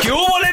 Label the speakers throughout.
Speaker 1: ¿Qué hubo, le,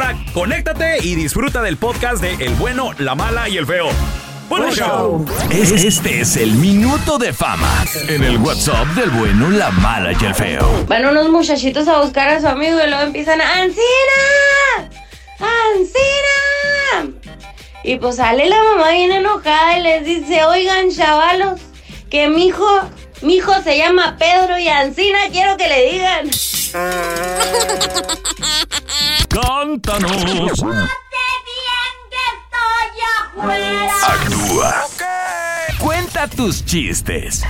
Speaker 1: conéctate y disfruta del podcast de El bueno, la mala y el feo. Bueno, show.
Speaker 2: Es- Este es el minuto de fama en el WhatsApp del bueno, la mala y el feo.
Speaker 3: Van unos muchachitos a buscar a su amigo y luego empiezan a ¡Ancina! ¡Ancina! Y pues sale la mamá bien enojada y les dice, oigan chavalos, que mi hijo, mi hijo se llama Pedro y Ancina quiero que le digan.
Speaker 2: Cántanos. Actúa. Cuenta tus chistes.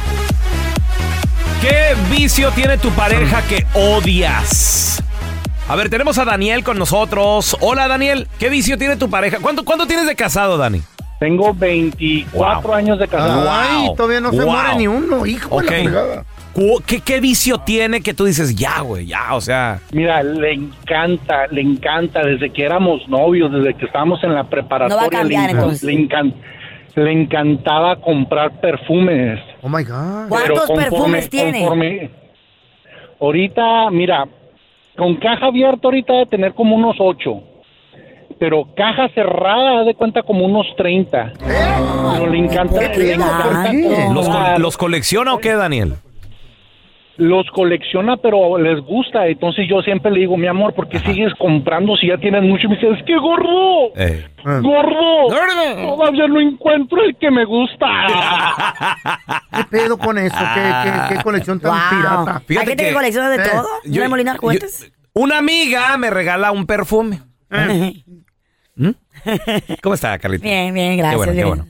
Speaker 1: ¿Qué vicio tiene tu pareja que odias? A ver, tenemos a Daniel con nosotros. Hola, Daniel. ¿Qué vicio tiene tu pareja? ¿Cuánto, cuánto tienes de casado, Dani?
Speaker 4: Tengo 24 años de casado.
Speaker 5: Ay, todavía no se
Speaker 1: Wow.
Speaker 5: muere ni uno, hijo de
Speaker 1: Ok.
Speaker 5: la fregada.
Speaker 1: Cu- ¿Qué, qué vicio tiene que tú dices, ya, güey, ya, o sea...
Speaker 4: Mira, le encanta, le encanta desde que éramos novios, desde que estábamos en la preparatoria.
Speaker 6: No va a cambiar,
Speaker 4: le,
Speaker 6: entonces.
Speaker 4: le encan- le encantaba comprar perfumes.
Speaker 5: Oh my God.
Speaker 4: Pero
Speaker 6: ¿Cuántos
Speaker 4: conforme-
Speaker 6: perfumes tiene?
Speaker 4: conforme- ahorita, mira, con caja abierta ahorita de tener como unos 8. Pero caja cerrada haz de cuenta como unos 30. Pero le encanta,
Speaker 6: ¿Eh? ¿Qué
Speaker 4: le encanta
Speaker 6: tal?
Speaker 4: comprar.
Speaker 1: ¿Los, co- los colecciona o qué, Daniel?
Speaker 4: los colecciona, pero les gusta. Entonces yo siempre le digo, mi amor, ¿por qué sigues comprando si ya tienes mucho? Y me dice, es que gordo,
Speaker 1: Eh.
Speaker 4: gordo,
Speaker 1: Gordo.
Speaker 4: todavía no encuentro el que me gusta.
Speaker 5: ¿Qué pedo con eso? ¿Qué,
Speaker 1: Ah.
Speaker 5: qué- qué colección tan
Speaker 6: Wow.
Speaker 5: pirata?
Speaker 6: Hay gente que,
Speaker 1: que-
Speaker 6: colecciona de
Speaker 5: Eh,
Speaker 6: todo. ¿No
Speaker 1: Yo-
Speaker 6: hay Molinar
Speaker 1: yo-
Speaker 6: cuentas?
Speaker 1: una amiga me regala un perfume. ¿Mm? ¿Cómo está, Carlita?
Speaker 6: Eh. Bien, bien, gracias,
Speaker 1: Qué bueno, qué
Speaker 6: bien.
Speaker 1: bueno.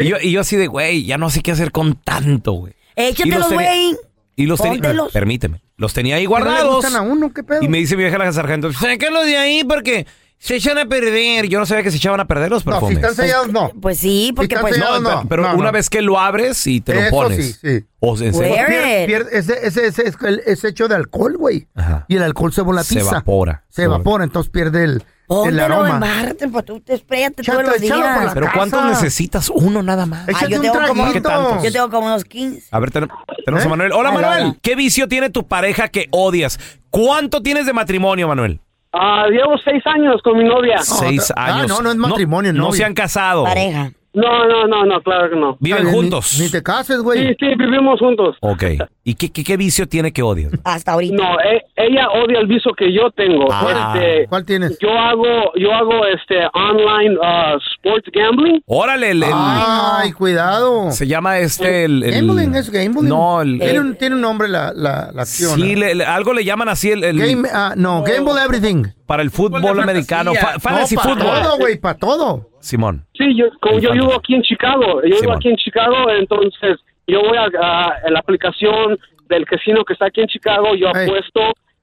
Speaker 1: Y yo, y yo así de, güey, ya no sé qué hacer con tanto, güey. Y
Speaker 6: Échatelos,
Speaker 1: los tenía-
Speaker 6: güey.
Speaker 1: Y los tenía...
Speaker 6: Póntelos.
Speaker 1: Permíteme. Los tenía ahí
Speaker 5: ¿Pero le
Speaker 1: guardados.
Speaker 5: gustan a uno? ¿Qué pedo?
Speaker 1: Y me dice mi vieja la sargento, sácalos de ahí porque se echan a perder. Yo no sabía que se echaban a perder los
Speaker 5: no, si
Speaker 1: perfumes.
Speaker 5: están sellados, no.
Speaker 6: Pues sí, porque
Speaker 5: Fíjate,
Speaker 6: pues...
Speaker 5: no,
Speaker 6: No,
Speaker 5: no.
Speaker 1: Pero una
Speaker 5: no.
Speaker 1: vez que lo abres y te lo
Speaker 5: Eso
Speaker 1: pones.
Speaker 5: sí, sí.
Speaker 1: O sea, en serio,
Speaker 6: Güey.
Speaker 5: Pier- pier- ese, ese, ese es, el- es hecho de alcohol, güey.
Speaker 1: Ajá.
Speaker 5: Y el alcohol se
Speaker 1: se
Speaker 5: volatiza.
Speaker 1: evapora.
Speaker 5: Se evapora, entonces pierde el, el
Speaker 6: Póntelo en
Speaker 5: aroma.
Speaker 6: Marte, Oh, pues tú te espréate
Speaker 5: Chato,
Speaker 6: todos los días.
Speaker 5: échalo por la-
Speaker 1: Pero ¿cuántos
Speaker 5: Casa.
Speaker 1: necesitas? Uno nada más.
Speaker 6: Ah,
Speaker 5: Échate
Speaker 6: yo
Speaker 5: un
Speaker 6: tengo como-
Speaker 5: traguito.
Speaker 6: Yo tengo como unos 15.
Speaker 1: A ver, ten- tenemos
Speaker 5: ¿Eh?
Speaker 1: a Manuel. Hola,
Speaker 6: Hola,
Speaker 1: Manuel.
Speaker 6: hola.
Speaker 1: ¿Qué vicio tiene tu pareja que odias? ¿Cuánto tienes de matrimonio, Manuel?
Speaker 7: Ah,
Speaker 4: llevo seis años con mi novia.
Speaker 1: Seis
Speaker 5: ah,
Speaker 1: años.
Speaker 5: no, no es matrimonio,
Speaker 1: No,
Speaker 5: novio.
Speaker 1: se han casado.
Speaker 6: Pareja.
Speaker 7: No, no, no, no, claro que no.
Speaker 1: ¿Viven juntos?
Speaker 5: Ni te cases, güey.
Speaker 7: Sí, sí, vivimos juntos.
Speaker 1: Ok. ¿Y qué, qué- qué vicio tiene que odias?
Speaker 6: Hasta ahorita.
Speaker 7: No, e- ella odia el viso que yo tengo.
Speaker 1: Ah.
Speaker 7: Este,
Speaker 5: ¿Cuál tienes?
Speaker 7: Yo hago, yo hago este online ah, sports gambling.
Speaker 1: Órale, el, el-
Speaker 5: Ay, cuidado.
Speaker 1: se llama este el, el-
Speaker 5: Gambling es gambling.
Speaker 1: No, el-
Speaker 5: tiene, un, tiene un nombre la, la, la acción.
Speaker 1: Sí, le- le- algo le llaman así el, el-
Speaker 5: Game- ah, no, Gamble Everything.
Speaker 1: para el fútbol americano, fa- fantasy
Speaker 5: no, para
Speaker 1: fútbol.
Speaker 5: todo, güey, para todo.
Speaker 1: Simón.
Speaker 7: Sí, yo, como yo vivo aquí en Chicago, yo vivo
Speaker 1: Simón.
Speaker 7: aquí en Chicago, entonces yo voy a, a- a la aplicación del casino que está aquí en Chicago, yo
Speaker 5: Ey.
Speaker 7: apuesto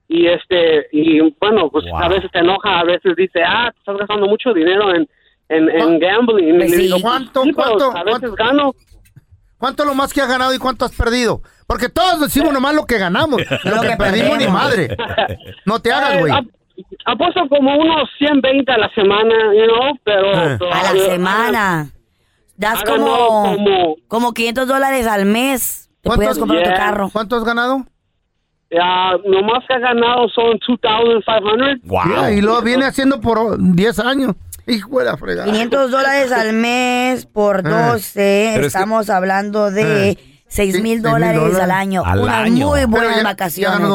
Speaker 7: y este y bueno, pues a veces te enoja, a veces dice, ah, te estás gastando mucho dinero en, en, en gambling.
Speaker 5: Pues
Speaker 7: Y le
Speaker 5: sí.
Speaker 7: digo,
Speaker 5: ¿Cuánto,
Speaker 7: "Sí, pero
Speaker 5: cuánto,
Speaker 7: A veces
Speaker 5: cuánto?
Speaker 7: gano.
Speaker 5: ¿Cuánto es lo más que has ganado y cuánto has perdido? Porque todos decimos nomás lo que ganamos. lo que perdimos ni madre. No te hagas,
Speaker 7: Eh,
Speaker 5: güey.
Speaker 7: ap- Apuesto como unos 120 a la semana, you know, pero...
Speaker 1: Ah.
Speaker 5: Eh.
Speaker 7: pero-
Speaker 6: A la semana. Das
Speaker 7: Háganlo como-
Speaker 6: como, como 500 dólares al mes. Te puedes comprar
Speaker 7: Yeah.
Speaker 6: tu carro.
Speaker 5: ¿Cuánto has ganado?
Speaker 7: Ah, lo más que ha ganado son 2,500.
Speaker 5: Mira, y lo viene haciendo por 10 años. Hijo de la fregada.
Speaker 6: 500 dólares al mes por
Speaker 5: Eh.
Speaker 6: 12.
Speaker 5: Pero es que-
Speaker 6: Estamos hablando
Speaker 5: Eh.
Speaker 6: de 6 mil dólares al año.
Speaker 1: Al
Speaker 6: Unas
Speaker 1: año.
Speaker 6: muy buenas
Speaker 5: ya ganó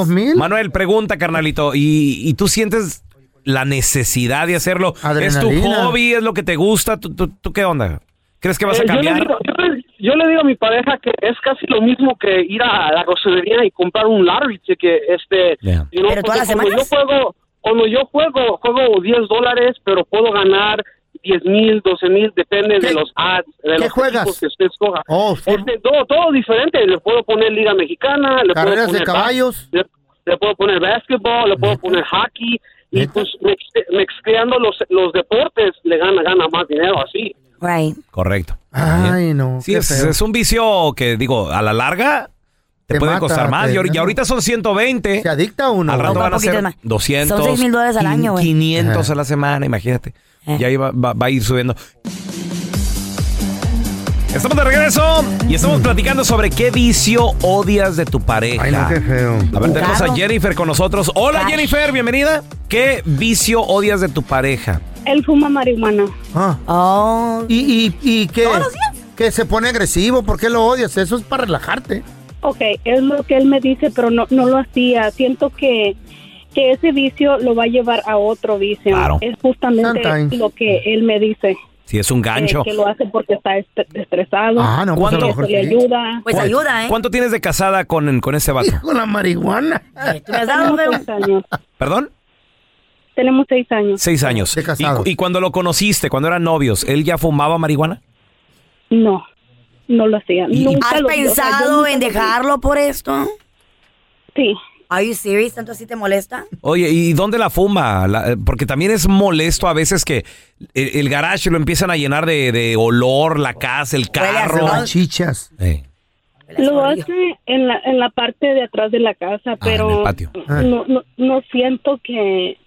Speaker 6: vacaciones.
Speaker 1: Manuel, pregunta, carnalito. ¿y, y tú sientes la necesidad de hacerlo? ¿Es tu
Speaker 7: Adrenalina.
Speaker 1: hobby? ¿Es lo que te gusta? ¿Tú, tú- tú qué onda? ¿Crees que vas
Speaker 7: Eh,
Speaker 1: a
Speaker 7: yo le
Speaker 1: cambiar?
Speaker 7: digo- Yo le, yo le digo a mi pareja que es casi lo mismo que ir a la grosería y comprar un lottery ticket. Este,
Speaker 1: Yeah.
Speaker 7: you know,
Speaker 6: Pero todas
Speaker 7: porque
Speaker 6: las
Speaker 7: cuando yo
Speaker 6: semanas.
Speaker 7: juego, cuando yo juego, juego 10 dólares, pero puedo ganar 10 mil, 12 mil, depende de los ads, de los
Speaker 5: juegas?
Speaker 7: equipos que usted escoja.
Speaker 5: Oh,
Speaker 7: Este, todo, todo diferente. Le puedo poner Liga Mexicana, le
Speaker 5: Carreras de
Speaker 7: puedo poner bas-
Speaker 5: caballos.
Speaker 7: Le, le puedo poner básquetbol, le puedo poner hockey. Y pues mezcle- mezcleando los, los deportes le gana, gana más dinero así.
Speaker 6: Right.
Speaker 1: Correcto.
Speaker 5: Ay, no.
Speaker 1: Sí,
Speaker 5: qué
Speaker 1: es,
Speaker 5: feo.
Speaker 1: es un vicio que, digo, a la larga te,
Speaker 5: Te
Speaker 1: puede
Speaker 5: mata,
Speaker 1: costar más.
Speaker 5: te-
Speaker 1: Y ahor- y ahorita son 120.
Speaker 5: Se adicta uno.
Speaker 1: Al rato
Speaker 5: güey.
Speaker 1: van a ser
Speaker 6: poquito más.
Speaker 1: 200.
Speaker 6: Son 6 mil dólares al año, güey. Eh.
Speaker 1: 500
Speaker 5: Ajá.
Speaker 1: a la semana, imagínate. Y ahí va, va- va a ir subiendo. Estamos de regreso y estamos platicando sobre qué vicio odias de tu pareja.
Speaker 5: Ay, no, qué feo.
Speaker 1: A ver, tenemos a
Speaker 8: Claro.
Speaker 1: Jennifer con nosotros. Hola
Speaker 8: Ay.
Speaker 1: Jennifer, bienvenida. ¿Qué vicio odias de tu pareja?
Speaker 8: Él fuma marihuana.
Speaker 5: Ah.
Speaker 6: Oh.
Speaker 5: ¿Y, y, y qué? Que se pone agresivo, ¿por qué lo odias? Eso es para relajarte.
Speaker 8: Ok, es lo que él me dice, pero no, no lo hacía. Siento que, que ese vicio lo va a llevar a otro vicio.
Speaker 1: Claro.
Speaker 8: Es justamente
Speaker 1: Sometimes.
Speaker 8: lo que él me dice.
Speaker 1: Si es un
Speaker 8: que-
Speaker 1: gancho.
Speaker 8: Que, lo hace porque está est- estresado.
Speaker 1: Ah, no, pues a
Speaker 8: que
Speaker 1: lo
Speaker 8: eso
Speaker 1: mejor
Speaker 8: le
Speaker 1: sí.
Speaker 8: ayuda.
Speaker 6: Pues ayuda, ¿eh?
Speaker 1: ¿Cuánto tienes de casada con, con este vato?
Speaker 5: Con la marihuana.
Speaker 6: Eh, ¿Tú me has dado, güey?
Speaker 8: años.
Speaker 1: ¿Perdón?
Speaker 8: Tenemos seis años.
Speaker 1: Seis años. ¿Y cu- Y, cuando lo conociste, cuando eran novios, ¿él ya fumaba marihuana?
Speaker 8: No, no lo hacía. Nunca
Speaker 6: ¿Has
Speaker 8: lo- o sea, yo
Speaker 6: pensado
Speaker 8: nunca
Speaker 6: en
Speaker 8: lo-
Speaker 6: dejarlo por esto?
Speaker 8: Sí.
Speaker 6: ¿Are you serious? ¿Tanto así te molesta?
Speaker 1: Oye, ¿y dónde la fuma? La- eh, porque también es molesto a veces que el, el garage lo empiezan a llenar de, de olor, la casa, el carro.
Speaker 5: Las chichas.
Speaker 8: Lo hace en la, en la parte de atrás de la casa, pero
Speaker 1: en el patio.
Speaker 5: Ah.
Speaker 8: No, no, no siento que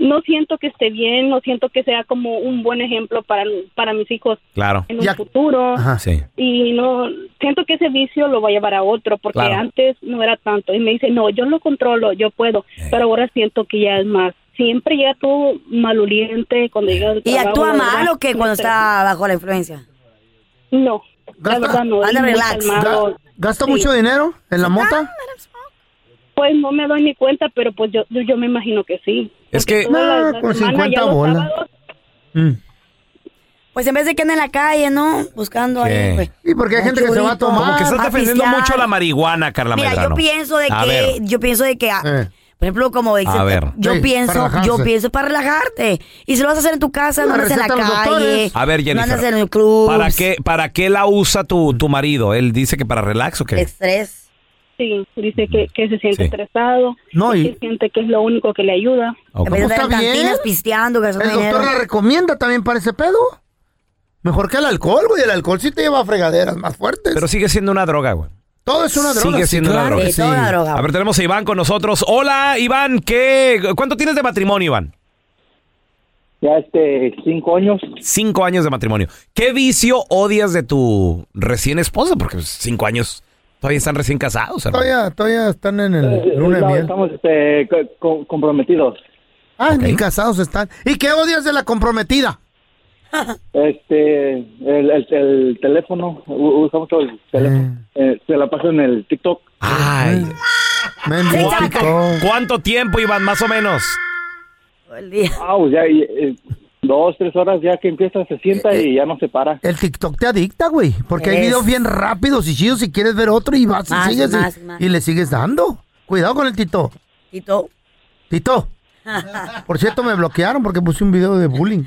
Speaker 8: no siento que esté bien, no siento que sea como un buen ejemplo para, para mis hijos
Speaker 1: Claro.
Speaker 8: en un futuro.
Speaker 1: Sí.
Speaker 8: Y no siento que ese vicio lo va a llevar a otro, porque
Speaker 1: Claro.
Speaker 8: antes no era tanto. Y me dice, no, yo lo controlo, yo puedo, pero ahora siento que ya es más. Siempre llega todo maloliente cuando llega del
Speaker 6: ¿Y
Speaker 8: trabajo,
Speaker 6: actúa
Speaker 8: la verdad,
Speaker 6: mal o qué
Speaker 8: me
Speaker 6: cuando
Speaker 8: estresa.
Speaker 6: está bajo la influencia?
Speaker 8: No, la verdad no. es
Speaker 6: Anda
Speaker 8: muy
Speaker 6: relax. Ah,
Speaker 8: calmado.
Speaker 5: ¿Gasta
Speaker 8: Sí.
Speaker 5: mucho dinero en la mota?
Speaker 8: Pues no me doy ni cuenta, pero pues yo, yo, yo me imagino que sí.
Speaker 1: Es
Speaker 8: Porque
Speaker 1: que-
Speaker 8: toda la-
Speaker 5: No,
Speaker 8: la
Speaker 5: con
Speaker 8: semana,
Speaker 5: 50
Speaker 8: ya los
Speaker 5: bolas.
Speaker 8: sábados,
Speaker 6: Pues en vez de que ande en la calle, ¿no? Buscando
Speaker 1: Sí.
Speaker 6: ahí, pues.
Speaker 5: Y porque hay
Speaker 6: un
Speaker 5: gente que se va a
Speaker 6: churrito,
Speaker 5: tomar.
Speaker 1: Como que estás
Speaker 6: a
Speaker 1: defendiendo
Speaker 6: pistear.
Speaker 1: mucho la marihuana, Carla
Speaker 6: Ah, Mira,
Speaker 1: Medrano.
Speaker 6: yo pienso de
Speaker 1: A
Speaker 6: que,
Speaker 1: ver.
Speaker 6: yo pienso de que, ah,
Speaker 1: Eh.
Speaker 6: por ejemplo, como dice,
Speaker 1: A ver.
Speaker 6: yo
Speaker 1: Sí, para
Speaker 6: pienso,
Speaker 1: relajarse.
Speaker 6: yo pienso para relajarte. Y si lo vas a hacer en tu casa, no
Speaker 5: La
Speaker 6: andas en la
Speaker 5: receta de los
Speaker 6: calle,
Speaker 5: doctores.
Speaker 1: A ver,
Speaker 6: no andas
Speaker 1: Jennifer.
Speaker 6: en el club,
Speaker 1: ¿Para qué, ¿Para qué la usa tu, tu marido? Él dice que para relax o qué.
Speaker 6: estrés.
Speaker 8: Sí, dice que, que se siente
Speaker 1: Sí.
Speaker 8: estresado,
Speaker 5: No,
Speaker 8: que
Speaker 5: y-
Speaker 8: siente que es lo único que le ayuda.
Speaker 1: Ok. Pues
Speaker 6: en vez de
Speaker 5: Está
Speaker 6: estar en cantinas
Speaker 5: bien.
Speaker 6: pisteando, gastando
Speaker 5: El doctor
Speaker 6: dinero.
Speaker 5: la recomienda también para ese pedo. Mejor que el alcohol, güey. El alcohol sí te lleva a fregaderas más fuertes.
Speaker 1: Pero sigue siendo una droga, güey.
Speaker 5: Todo es una droga.
Speaker 1: Sigue
Speaker 5: sí,
Speaker 1: siendo
Speaker 5: claro
Speaker 1: una droga.
Speaker 5: que sí.
Speaker 1: A ver, tenemos a Iván con nosotros. Hola, Iván, ¿qué? ¿Cuánto tienes de matrimonio, Iván?
Speaker 9: Ya este, cinco años.
Speaker 1: Cinco años de matrimonio. ¿Qué vicio odias de tu recién esposa? Porque pues, cinco años todavía están recién casados, hermano.
Speaker 5: Todavía, todavía están en el luna de
Speaker 9: Eh, No,
Speaker 5: miel.
Speaker 9: estamos este, co- co- comprometidos.
Speaker 5: Ah, ni casados están. ¿Y qué odias de la comprometida?
Speaker 9: Este, el, el, el teléfono, u- usa mucho el teléfono. Eh, se la paso en el TikTok.
Speaker 1: Ay.
Speaker 5: Ah.
Speaker 9: Mendigo
Speaker 1: ¿Cuánto- ¿Cuánto tiempo, Iván, más o menos?
Speaker 9: Ah, pues ya, y, eh, dos, tres horas ya que empieza, se sienta y ya no se para.
Speaker 5: Eh, El TikTok te adicta, güey. Porque hay
Speaker 9: Es.
Speaker 5: videos bien rápidos y chidos si quieres ver otro y vas
Speaker 6: Más,
Speaker 5: y sigues y-
Speaker 6: más, más.
Speaker 5: y le sigues dando. Cuidado con el Tito.
Speaker 6: ¿Y tú?
Speaker 5: Tito. Por cierto, me bloquearon porque puse un video de bullying.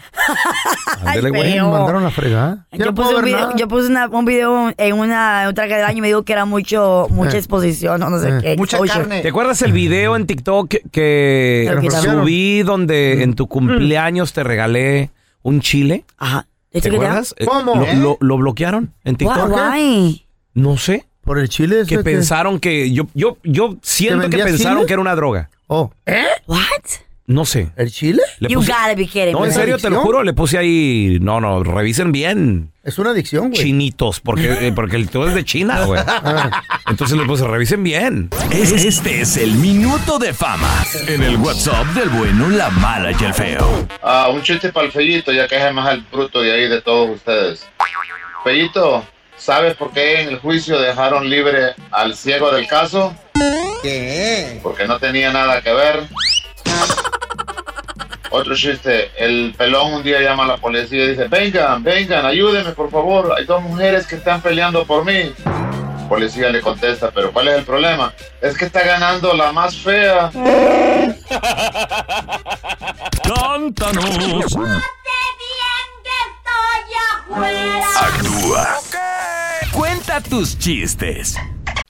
Speaker 6: Ándele, güey.
Speaker 5: Me mandaron a fregar. Ya
Speaker 6: Yo
Speaker 5: no puedo
Speaker 6: puse, un
Speaker 5: ver
Speaker 6: video,
Speaker 5: nada.
Speaker 6: yo puse una- un video en una en un traje de baño y me dijo que era mucho mucha
Speaker 1: Eh.
Speaker 6: exposición, o no sé qué. exposure.
Speaker 1: ¿Te acuerdas el video en TikTok que-
Speaker 6: Te
Speaker 1: que
Speaker 6: lo quitaron.
Speaker 1: subí
Speaker 5: Mm.
Speaker 1: donde en tu cumpleaños te regalé un chile?
Speaker 6: Ajá.
Speaker 1: ¿Te
Speaker 6: ¿Este qué
Speaker 1: acuerdas?
Speaker 6: era? ¿Cómo?
Speaker 1: Lo,
Speaker 6: ¿Eh?
Speaker 1: lo- lo bloquearon en TikTok.
Speaker 6: Guay.
Speaker 1: No sé.
Speaker 5: Por el chile.
Speaker 1: Que
Speaker 5: que-
Speaker 1: pensaron que yo yo yo siento que
Speaker 5: vendías
Speaker 1: pensaron
Speaker 5: chile?
Speaker 1: que era una droga.
Speaker 5: Oh.
Speaker 6: ¿Eh? What?
Speaker 1: No sé.
Speaker 5: ¿El chile?
Speaker 6: you gotta be kidding
Speaker 1: No,
Speaker 6: me.
Speaker 1: en serio, te lo juro, le puse ahí. No, no, revisen bien.
Speaker 5: Es una adicción,
Speaker 1: güey. Chinitos, porque, eh, porque el todo es de China, güey.
Speaker 5: Ah.
Speaker 1: Entonces le puse, revisen bien.
Speaker 2: Es- Este es el minuto de fama en el WhatsApp del bueno, la mala y el feo.
Speaker 10: Ah, un chiste para el Fellito, ya que es el más al bruto de ahí de todos ustedes. Fellito, ¿sabes por qué en el juicio dejaron libre al ciego del caso? ¿Qué? Porque no tenía nada que ver. Otro chiste, el pelón un día llama a la policía y dice, vengan, vengan, ayúdenme por favor, hay dos mujeres que están peleando por mí. El policía le contesta, pero ¿cuál es el problema? Es que está ganando la más fea.
Speaker 2: Cántanos. Actúa. Cuenta tus chistes.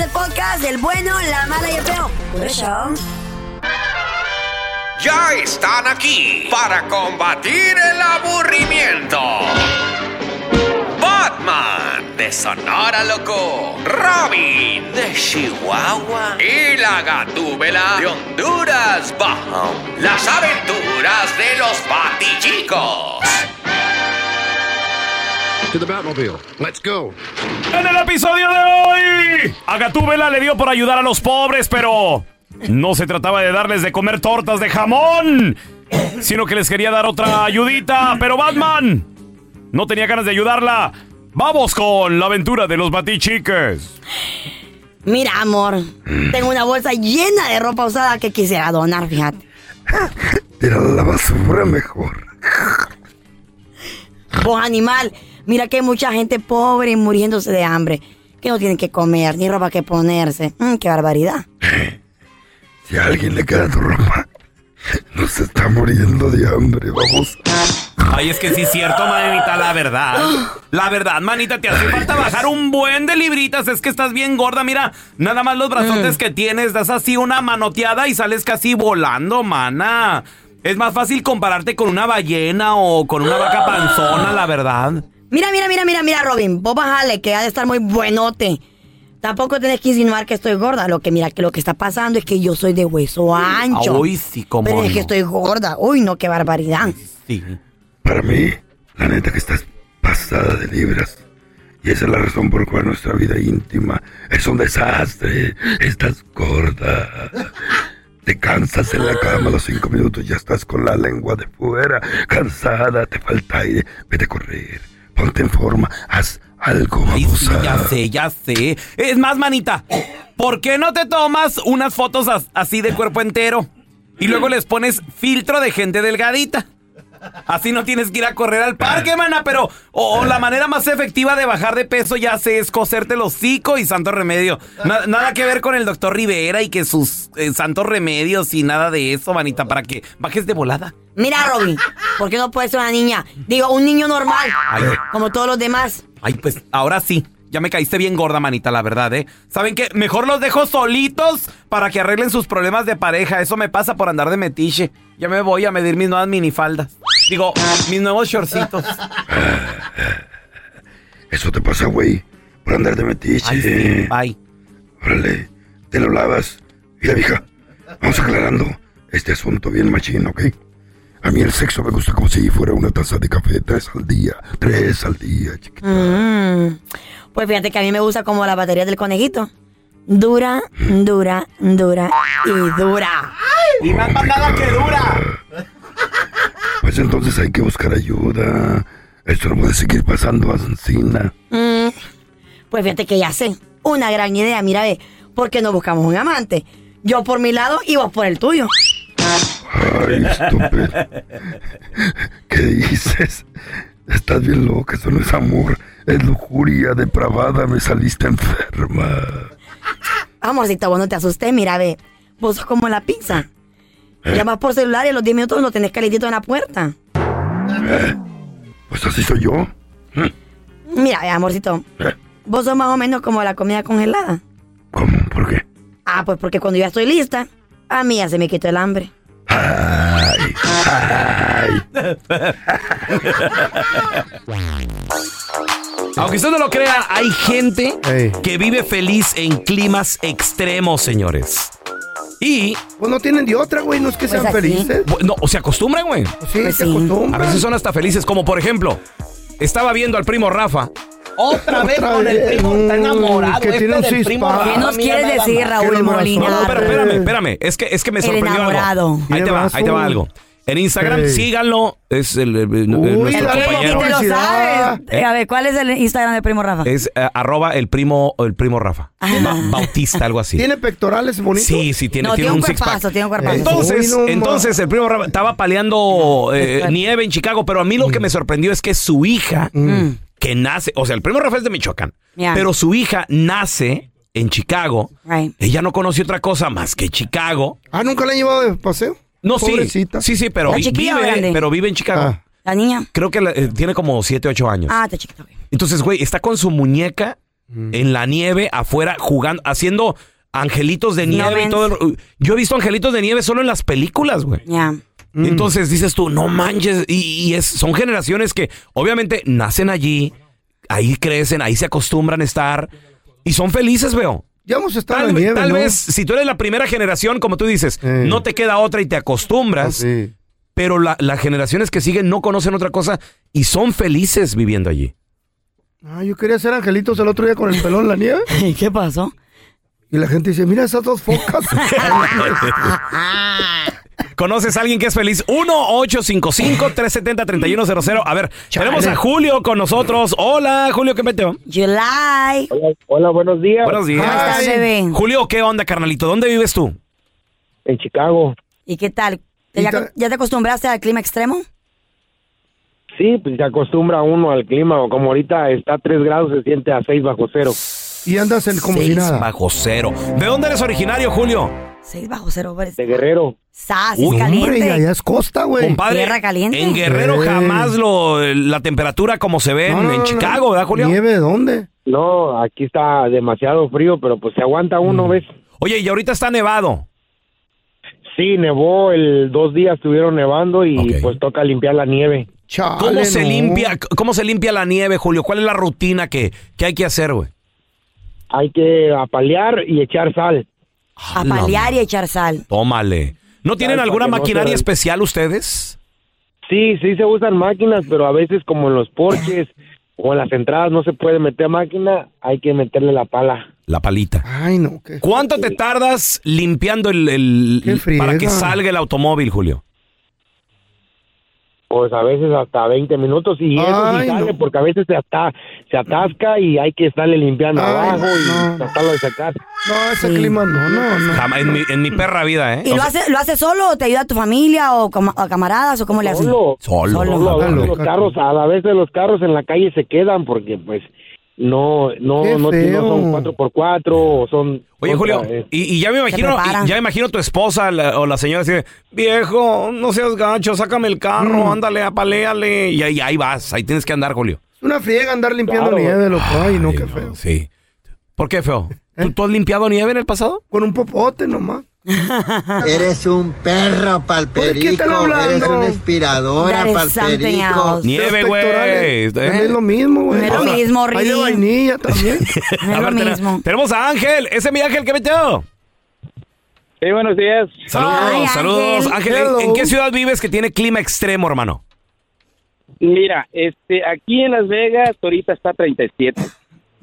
Speaker 6: el podcast del bueno, la mala y el feo. Por eso.
Speaker 11: Ya están aquí para combatir el aburrimiento. Batman de Sonora Loco, Robin de Chihuahua y la Gatúbela de Honduras Bajo. Las aventuras de los Batichicos.
Speaker 12: To the Batmobile. Let's go.
Speaker 1: En el episodio de hoy, Agatúbela le dio por ayudar a los pobres, pero no se trataba de darles de comer tortas de jamón, sino que les quería dar otra ayudita. Pero Batman no tenía ganas de ayudarla. Vamos con la aventura de los batichiques.
Speaker 6: Mira, amor,
Speaker 1: Mm.
Speaker 6: tengo una bolsa llena de ropa usada que quisiera donar, fíjate.
Speaker 13: Tira la basura mejor.
Speaker 6: Vos animal, mira que hay mucha gente pobre y muriéndose de hambre, que no tienen que comer ni ropa que ponerse. Mm, qué barbaridad.
Speaker 13: Si a alguien le queda tu ropa, nos está muriendo de hambre, vamos.
Speaker 1: Ay, es que sí es cierto, manita, la verdad. La verdad, manita, te hace falta bajar un buen de libritas. Es que estás bien gorda, mira. Nada más los brazotes que tienes, das así una manoteada y sales casi volando, mana. Es más fácil compararte con una ballena o con una vaca panzona, la verdad.
Speaker 6: Mira, mira, mira, mira, mira, Robin, vos bajale, que ha de estar muy buenote. Tampoco tenés que insinuar que estoy gorda. Lo que mira, que lo que está pasando es que yo soy de hueso ancho.
Speaker 1: Ay, sí, cómo
Speaker 6: Pero es que
Speaker 1: no.
Speaker 6: estoy gorda. Uy, no, qué barbaridad.
Speaker 13: Para mí, la neta que estás pasada de libras. Y esa es la razón por la cual nuestra vida íntima es un desastre. Estás gorda. Te cansas en la cama a los cinco minutos, ya estás con la lengua de fuera, cansada, te falta aire. Vete a correr, ponte en forma, haz algo, vamos
Speaker 1: Ya sé, ya sé. Es más, manita, ¿por qué no te tomas unas fotos as- así de cuerpo entero? Y luego les pones filtro de gente delgadita. Así no tienes que ir a correr al
Speaker 13: Ah.
Speaker 1: parque, mana, pero o o la manera más efectiva de bajar de peso ya sé es coserte el hocico y santo remedio. Na- nada que ver con el doctor Rivera y que sus eh, santos remedios y nada de eso, manita, para que bajes de volada.
Speaker 6: Mira, Robin, ¿por qué no puede ser una niña? Digo, un niño normal,
Speaker 1: Ay,
Speaker 6: como todos los demás.
Speaker 1: ay, pues ahora sí. Ya me caíste bien gorda, manita, la verdad, ¿eh? ¿Saben qué? Mejor los dejo solitos para que arreglen sus problemas de pareja. Eso me pasa por andar de metiche. Ya me voy a medir mis nuevas minifaldas. Digo, mis nuevos shortcitos.
Speaker 13: Eso te pasa, güey, por andar de metiche. Ay, sí,
Speaker 1: bye.
Speaker 13: Órale, te lo lavas. Mira, vieja, vamos aclarando este asunto bien machín, ¿ok? A mí el sexo me gusta como si fuera una taza de café tres al día, tres al día, chiquita.
Speaker 6: Mm. Pues fíjate que a mí me gusta como la batería del conejito. Dura, dura, dura y dura.
Speaker 1: Y más patada que dura.
Speaker 13: Pues entonces hay que buscar ayuda. Esto no puede seguir pasando, Ancina.
Speaker 6: Mm, Pues fíjate que ya sé. Una gran idea, mira, ve. Porque nos buscamos un amante. Yo por mi lado y vos por el tuyo.
Speaker 13: Ay, estúpido. ¿Qué dices? Estás bien loca, eso no es amor, es lujuria depravada, me saliste enferma.
Speaker 6: Amorcita, vos no te asustes, mira, ve. Vos sos como la pizza. Llamas por celular y a los 10 minutos lo tenés calentito en la puerta.
Speaker 13: ¿Eh? Pues así soy yo.
Speaker 6: Mira, ve, amorcito.
Speaker 13: ¿Eh?
Speaker 6: Vos sos más o menos como la comida congelada.
Speaker 13: ¿Cómo? ¿Por qué?
Speaker 6: Ah, pues porque cuando ya estoy lista, a mí ya se me quitó el hambre.
Speaker 13: Ay, ay.
Speaker 1: Aunque usted no lo crea, hay gente que vive feliz en climas extremos, señores. Y. Pues
Speaker 5: Pues no tienen de otra, güey, no es que sean felices.
Speaker 1: Bu- No, o se acostumbran, güey.
Speaker 5: sí, Pues se sí. acostumbran.
Speaker 1: A veces son hasta felices, como por ejemplo, estaba viendo al primo Rafa. Otra vez
Speaker 5: Otra
Speaker 1: con el
Speaker 5: vez. Mm,
Speaker 1: primo, está enamorado.
Speaker 5: Que
Speaker 1: este
Speaker 5: tiene un
Speaker 1: del primo
Speaker 5: cispa.
Speaker 1: Rafa,
Speaker 5: ¿Qué nos
Speaker 1: mira
Speaker 5: quieres
Speaker 1: nada
Speaker 5: decir,
Speaker 1: más.
Speaker 5: Raúl Qué Molina?
Speaker 1: No, no,
Speaker 6: Ah,
Speaker 1: pero espérame,
Speaker 6: pues.
Speaker 5: razón.
Speaker 1: espérame. Es que, es que me
Speaker 5: El
Speaker 1: sorprendió
Speaker 5: enamorado.
Speaker 1: algo. Ahí
Speaker 5: Tiene
Speaker 1: te va, ahí te va
Speaker 5: razón.
Speaker 1: algo. En Instagram,
Speaker 5: Ey.
Speaker 1: síganlo. Es el, el- el- nuestro
Speaker 6: ¿Qué?
Speaker 1: compañero.
Speaker 6: ¿Y te lo sabes?
Speaker 1: ¿Eh?
Speaker 6: A ver, ¿cuál es el Instagram de Primo Rafa?
Speaker 1: Es eh, arroba el primo, el primo Rafa. Ba- Bautista, algo así.
Speaker 5: ¿Tiene pectorales bonitos?
Speaker 1: Sí, sí, tiene,
Speaker 6: Ah. no,
Speaker 1: tiene,
Speaker 6: tiene un,
Speaker 1: un six
Speaker 6: cuerpazo, tiene un cuerpazo.
Speaker 1: Entonces,
Speaker 5: Uy, no, ma.
Speaker 1: entonces el primo Rafa estaba paleando eh, nieve en Chicago, pero a mí lo
Speaker 6: Mm.
Speaker 1: que me sorprendió es que su hija, que nace, o sea, el primo Rafa es de Michoacán,
Speaker 6: Ya.
Speaker 1: pero su hija nace en Chicago.
Speaker 6: Right.
Speaker 1: Ella no conoció otra cosa más que Chicago.
Speaker 5: Ah, ¿nunca la han llevado de paseo?
Speaker 1: No, sí,
Speaker 5: Pobrecita. Ah.
Speaker 1: sí, sí, pero
Speaker 5: ¿La
Speaker 1: vi-
Speaker 5: chiquilla o
Speaker 1: vive,
Speaker 5: grande?
Speaker 1: pero vive en Chicago.
Speaker 6: La niña.
Speaker 1: Creo que la- eh, tiene como 7, 8 años.
Speaker 6: Ah, está chiquita.
Speaker 1: Entonces, güey, está con su muñeca
Speaker 5: Mm.
Speaker 1: en la nieve afuera jugando, haciendo angelitos de nieve y
Speaker 6: manches.
Speaker 1: todo. el- Yo he visto angelitos de nieve solo en las películas, güey.
Speaker 6: Ya.
Speaker 5: Mm.
Speaker 1: Entonces dices tú, no manches, y, y es, son generaciones que obviamente nacen allí, ahí crecen, ahí se acostumbran a estar y son felices, veo.
Speaker 5: Ya hemos estado
Speaker 1: Tal,
Speaker 5: Pues en la nieve,
Speaker 1: tal
Speaker 5: ¿no?
Speaker 1: vez, si tú eres la primera generación, como tú dices, no te queda otra y te acostumbras, pero la- las generaciones que siguen no conocen otra cosa y son felices viviendo allí.
Speaker 5: Ah, yo quería ser angelitos el otro día con el pelón en la nieve.
Speaker 6: ¿Y qué pasó?
Speaker 5: Y la gente dice, mira esas dos focas.
Speaker 1: ¿Conoces a alguien que es feliz? 1-855-370-3100. A ver, tenemos a Julio con nosotros. Hola, Julio, ¿qué meteo?
Speaker 6: July.
Speaker 14: Hola, hola, buenos días.
Speaker 1: Buenos días.
Speaker 6: ¿Cómo estás, bebé?
Speaker 1: Julio, ¿qué onda, carnalito? ¿Dónde vives tú?
Speaker 14: En Chicago.
Speaker 6: ¿Y qué tal? ¿Te- ya, ya te acostumbraste al clima extremo?
Speaker 14: Sí, pues se acostumbra uno al clima, o como ahorita está a 3 grados, se siente a 6 bajo cero.
Speaker 5: Y andas en como si nada.
Speaker 1: Bajo cero. ¿De dónde eres originario, Julio?
Speaker 6: Seis bajo cero, hombre.
Speaker 14: De Guerrero.
Speaker 6: Sas,
Speaker 1: Uy,
Speaker 6: caliente.
Speaker 1: hombre, y allá
Speaker 5: es costa, güey.
Speaker 1: Compadre,
Speaker 6: Tierra caliente.
Speaker 1: En Guerrero
Speaker 14: Sí.
Speaker 1: jamás lo, la temperatura como se ve en-
Speaker 14: No, no,
Speaker 1: en
Speaker 14: no,
Speaker 1: Chicago, ¿verdad, Julio?
Speaker 5: ¿Nieve dónde?
Speaker 14: No, aquí está demasiado frío, pero pues se aguanta uno, ¿ves?
Speaker 1: Oye, y ahorita está Mm. nevado.
Speaker 14: Sí, nevó, el dos días estuvieron nevando y pues toca limpiar la nieve.
Speaker 1: ¿Cómo se limpia, cómo se limpia la nieve, Julio? ¿Cuál es la rutina que, que hay que hacer, güey?
Speaker 14: Hay que apalear y echar sal.
Speaker 6: A paliar y echar sal.
Speaker 1: Tómale. ¿No tienen
Speaker 14: Ay,
Speaker 1: alguna
Speaker 14: para que no se
Speaker 1: maquinaria
Speaker 14: vea.
Speaker 1: especial ustedes?
Speaker 14: Sí, sí se usan máquinas, pero a veces como en los porches o en las entradas no se puede meter máquina, hay que meterle la pala.
Speaker 1: La palita.
Speaker 5: Ay, no.
Speaker 1: ¿Cuánto te tardas limpiando el, el-
Speaker 14: Qué friega.
Speaker 1: para que salga el automóvil, Julio?
Speaker 14: pues a veces hasta 20 minutos y eso sí
Speaker 5: Ay,
Speaker 14: sale
Speaker 5: no.
Speaker 14: porque a veces se, ata- se atasca y hay que estarle limpiando
Speaker 5: Ay,
Speaker 14: abajo
Speaker 5: no.
Speaker 14: y tratarlo de sacar.
Speaker 5: No, ese clima no, no, no.
Speaker 1: Jamás- en, mi, en mi perra vida, ¿eh?
Speaker 6: ¿Y lo haces lo hace solo o te ayuda a tu familia o cama- a camaradas o cómo le haces?
Speaker 14: Solo.
Speaker 1: Solo.
Speaker 14: Solo, a veces los carros, a veces los carros en la calle se quedan porque pues no, no,
Speaker 1: Qué
Speaker 14: no, tiene-
Speaker 1: feo.
Speaker 14: son cuatro por cuatro o son
Speaker 1: Oye,
Speaker 14: otra
Speaker 1: Julio,
Speaker 14: vez.
Speaker 1: y, y ya me imagino,
Speaker 14: preparan.
Speaker 1: y ya me imagino tu esposa la- o la señora así de, viejo, no seas gacho, sácame el carro, ándale, apaléale. Y ahí, ahí vas, ahí tienes que andar, Julio.
Speaker 5: Una friega andar limpiando
Speaker 1: Claro.
Speaker 5: nieve, loco. Ay, no, qué feo. ¿Eh?
Speaker 1: Sí. ¿Por qué, feo? ¿Tú, tú has limpiado nieve en el pasado?
Speaker 5: Con un popote nomás.
Speaker 15: Eres un perro
Speaker 5: ¿De qué
Speaker 15: palperico.
Speaker 5: están hablando?
Speaker 15: Eres una inspiradora
Speaker 5: That is something
Speaker 15: palperico.
Speaker 5: else. Nieve, güey.
Speaker 1: Eh,
Speaker 5: También es lo mismo, güey.
Speaker 15: No es lo
Speaker 5: Ahora,
Speaker 15: mismo,
Speaker 5: Hay de
Speaker 15: Rin.
Speaker 5: vainilla también.
Speaker 1: A ver, tene- Tenemos a Ángel. Ese es mi Ángel que metió.
Speaker 16: Sí, buenos días.
Speaker 1: Saludos,
Speaker 16: Ay,
Speaker 1: saludos.
Speaker 16: Ángel.
Speaker 1: Ángel,
Speaker 16: Hello.
Speaker 1: ¿en, en qué ciudad vives que tiene clima extremo, hermano?
Speaker 16: Mira, este, aquí en Las Vegas ahorita está 37.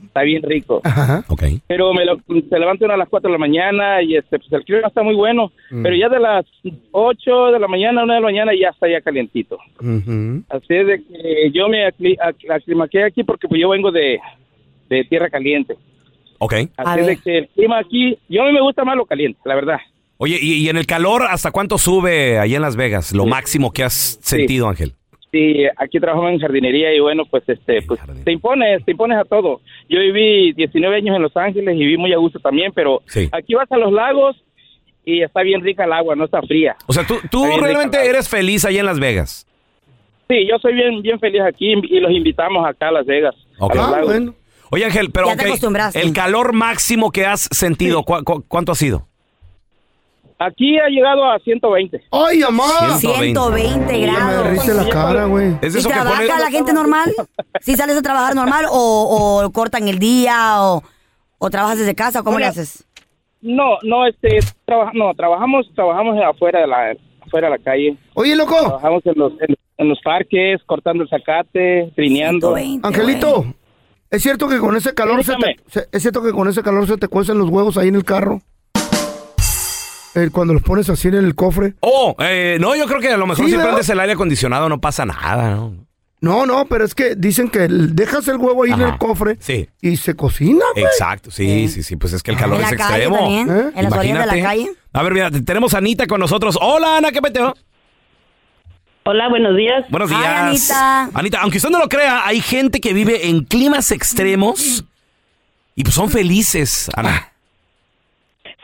Speaker 16: Está bien rico. Pero me lo, se levanta uno a las 4 de la mañana y este, pues el clima está muy bueno.
Speaker 5: Mm.
Speaker 16: Pero ya de las 8 de la mañana, 1 de la mañana ya está ya calientito. Así es de que yo me acli- ac- aclimaqué aquí porque pues yo vengo de, de tierra caliente.
Speaker 1: Ok.
Speaker 16: Así es de que el clima aquí, yo a mí me gusta más lo caliente, la verdad.
Speaker 1: Oye, y, y en el calor hasta cuánto sube allá en Las Vegas? Lo máximo que has sentido, Ángel.
Speaker 16: Sí, aquí trabajamos en jardinería y bueno, pues este, pues te impones, te impones a todo. Yo viví 19 años en Los Ángeles y viví muy a gusto también, pero
Speaker 1: Sí.
Speaker 16: aquí vas a los lagos y está bien rica el agua, no está fría.
Speaker 1: O sea, tú, tú
Speaker 16: Está bien rica
Speaker 1: realmente eres feliz allá en Las Vegas.
Speaker 16: Sí, yo soy bien, bien feliz aquí y los invitamos acá a Las Vegas.
Speaker 1: Ok.
Speaker 5: Ah,
Speaker 1: Ah,
Speaker 16: a los lagos.
Speaker 1: Oye, Ángel, pero
Speaker 16: Ya te
Speaker 1: ok,
Speaker 16: acostumbraste.
Speaker 1: el calor máximo que has sentido, ¿cu- cu- cuánto ha sido?
Speaker 16: Aquí ha llegado a 120.
Speaker 5: ¡Ay, amá!
Speaker 6: 120 grados.
Speaker 5: Me riste la cara, güey.
Speaker 1: Es
Speaker 6: ¿Y
Speaker 1: eso que
Speaker 6: trabaja
Speaker 1: pones-
Speaker 6: la gente normal? ¿Si sales a trabajar normal o, o cortan el día o, o trabajas desde casa? o ¿Cómo le
Speaker 16: Mira,
Speaker 6: haces?
Speaker 16: No, no, este, traba- no, trabajamos, trabajamos afuera de la, afuera de la calle.
Speaker 5: Oye, loco.
Speaker 16: Trabajamos en los, en, en los parques, cortando el zacate, trineando.
Speaker 5: Angelito, ¿es cierto que con ese calor se te, se- es cierto que con ese calor se te cuecen los huevos ahí en el carro? Eh, cuando los pones así en el cofre.
Speaker 1: Oh, eh, no, yo creo que a lo mejor si
Speaker 5: Sí, ¿verdad?
Speaker 1: prendes el aire acondicionado no pasa nada, ¿no?
Speaker 5: No, no, pero es que dicen que el- dejas el huevo ahí en el cofre
Speaker 1: Sí.
Speaker 5: y se cocina, güey.
Speaker 1: Exacto, sí, sí, sí, pues es que el calor
Speaker 5: En la
Speaker 1: es
Speaker 5: calle
Speaker 1: extremo.
Speaker 5: también, ¿Eh? en las orillas de la
Speaker 1: Imagínate.
Speaker 5: calle.
Speaker 1: A ver, mira, te- tenemos a Anita con nosotros. Hola, Ana, ¿qué peteo?
Speaker 17: Hola, buenos días.
Speaker 1: Buenos días. Anita, aunque usted no lo crea, hay gente que vive en climas extremos y pues son felices, Ana.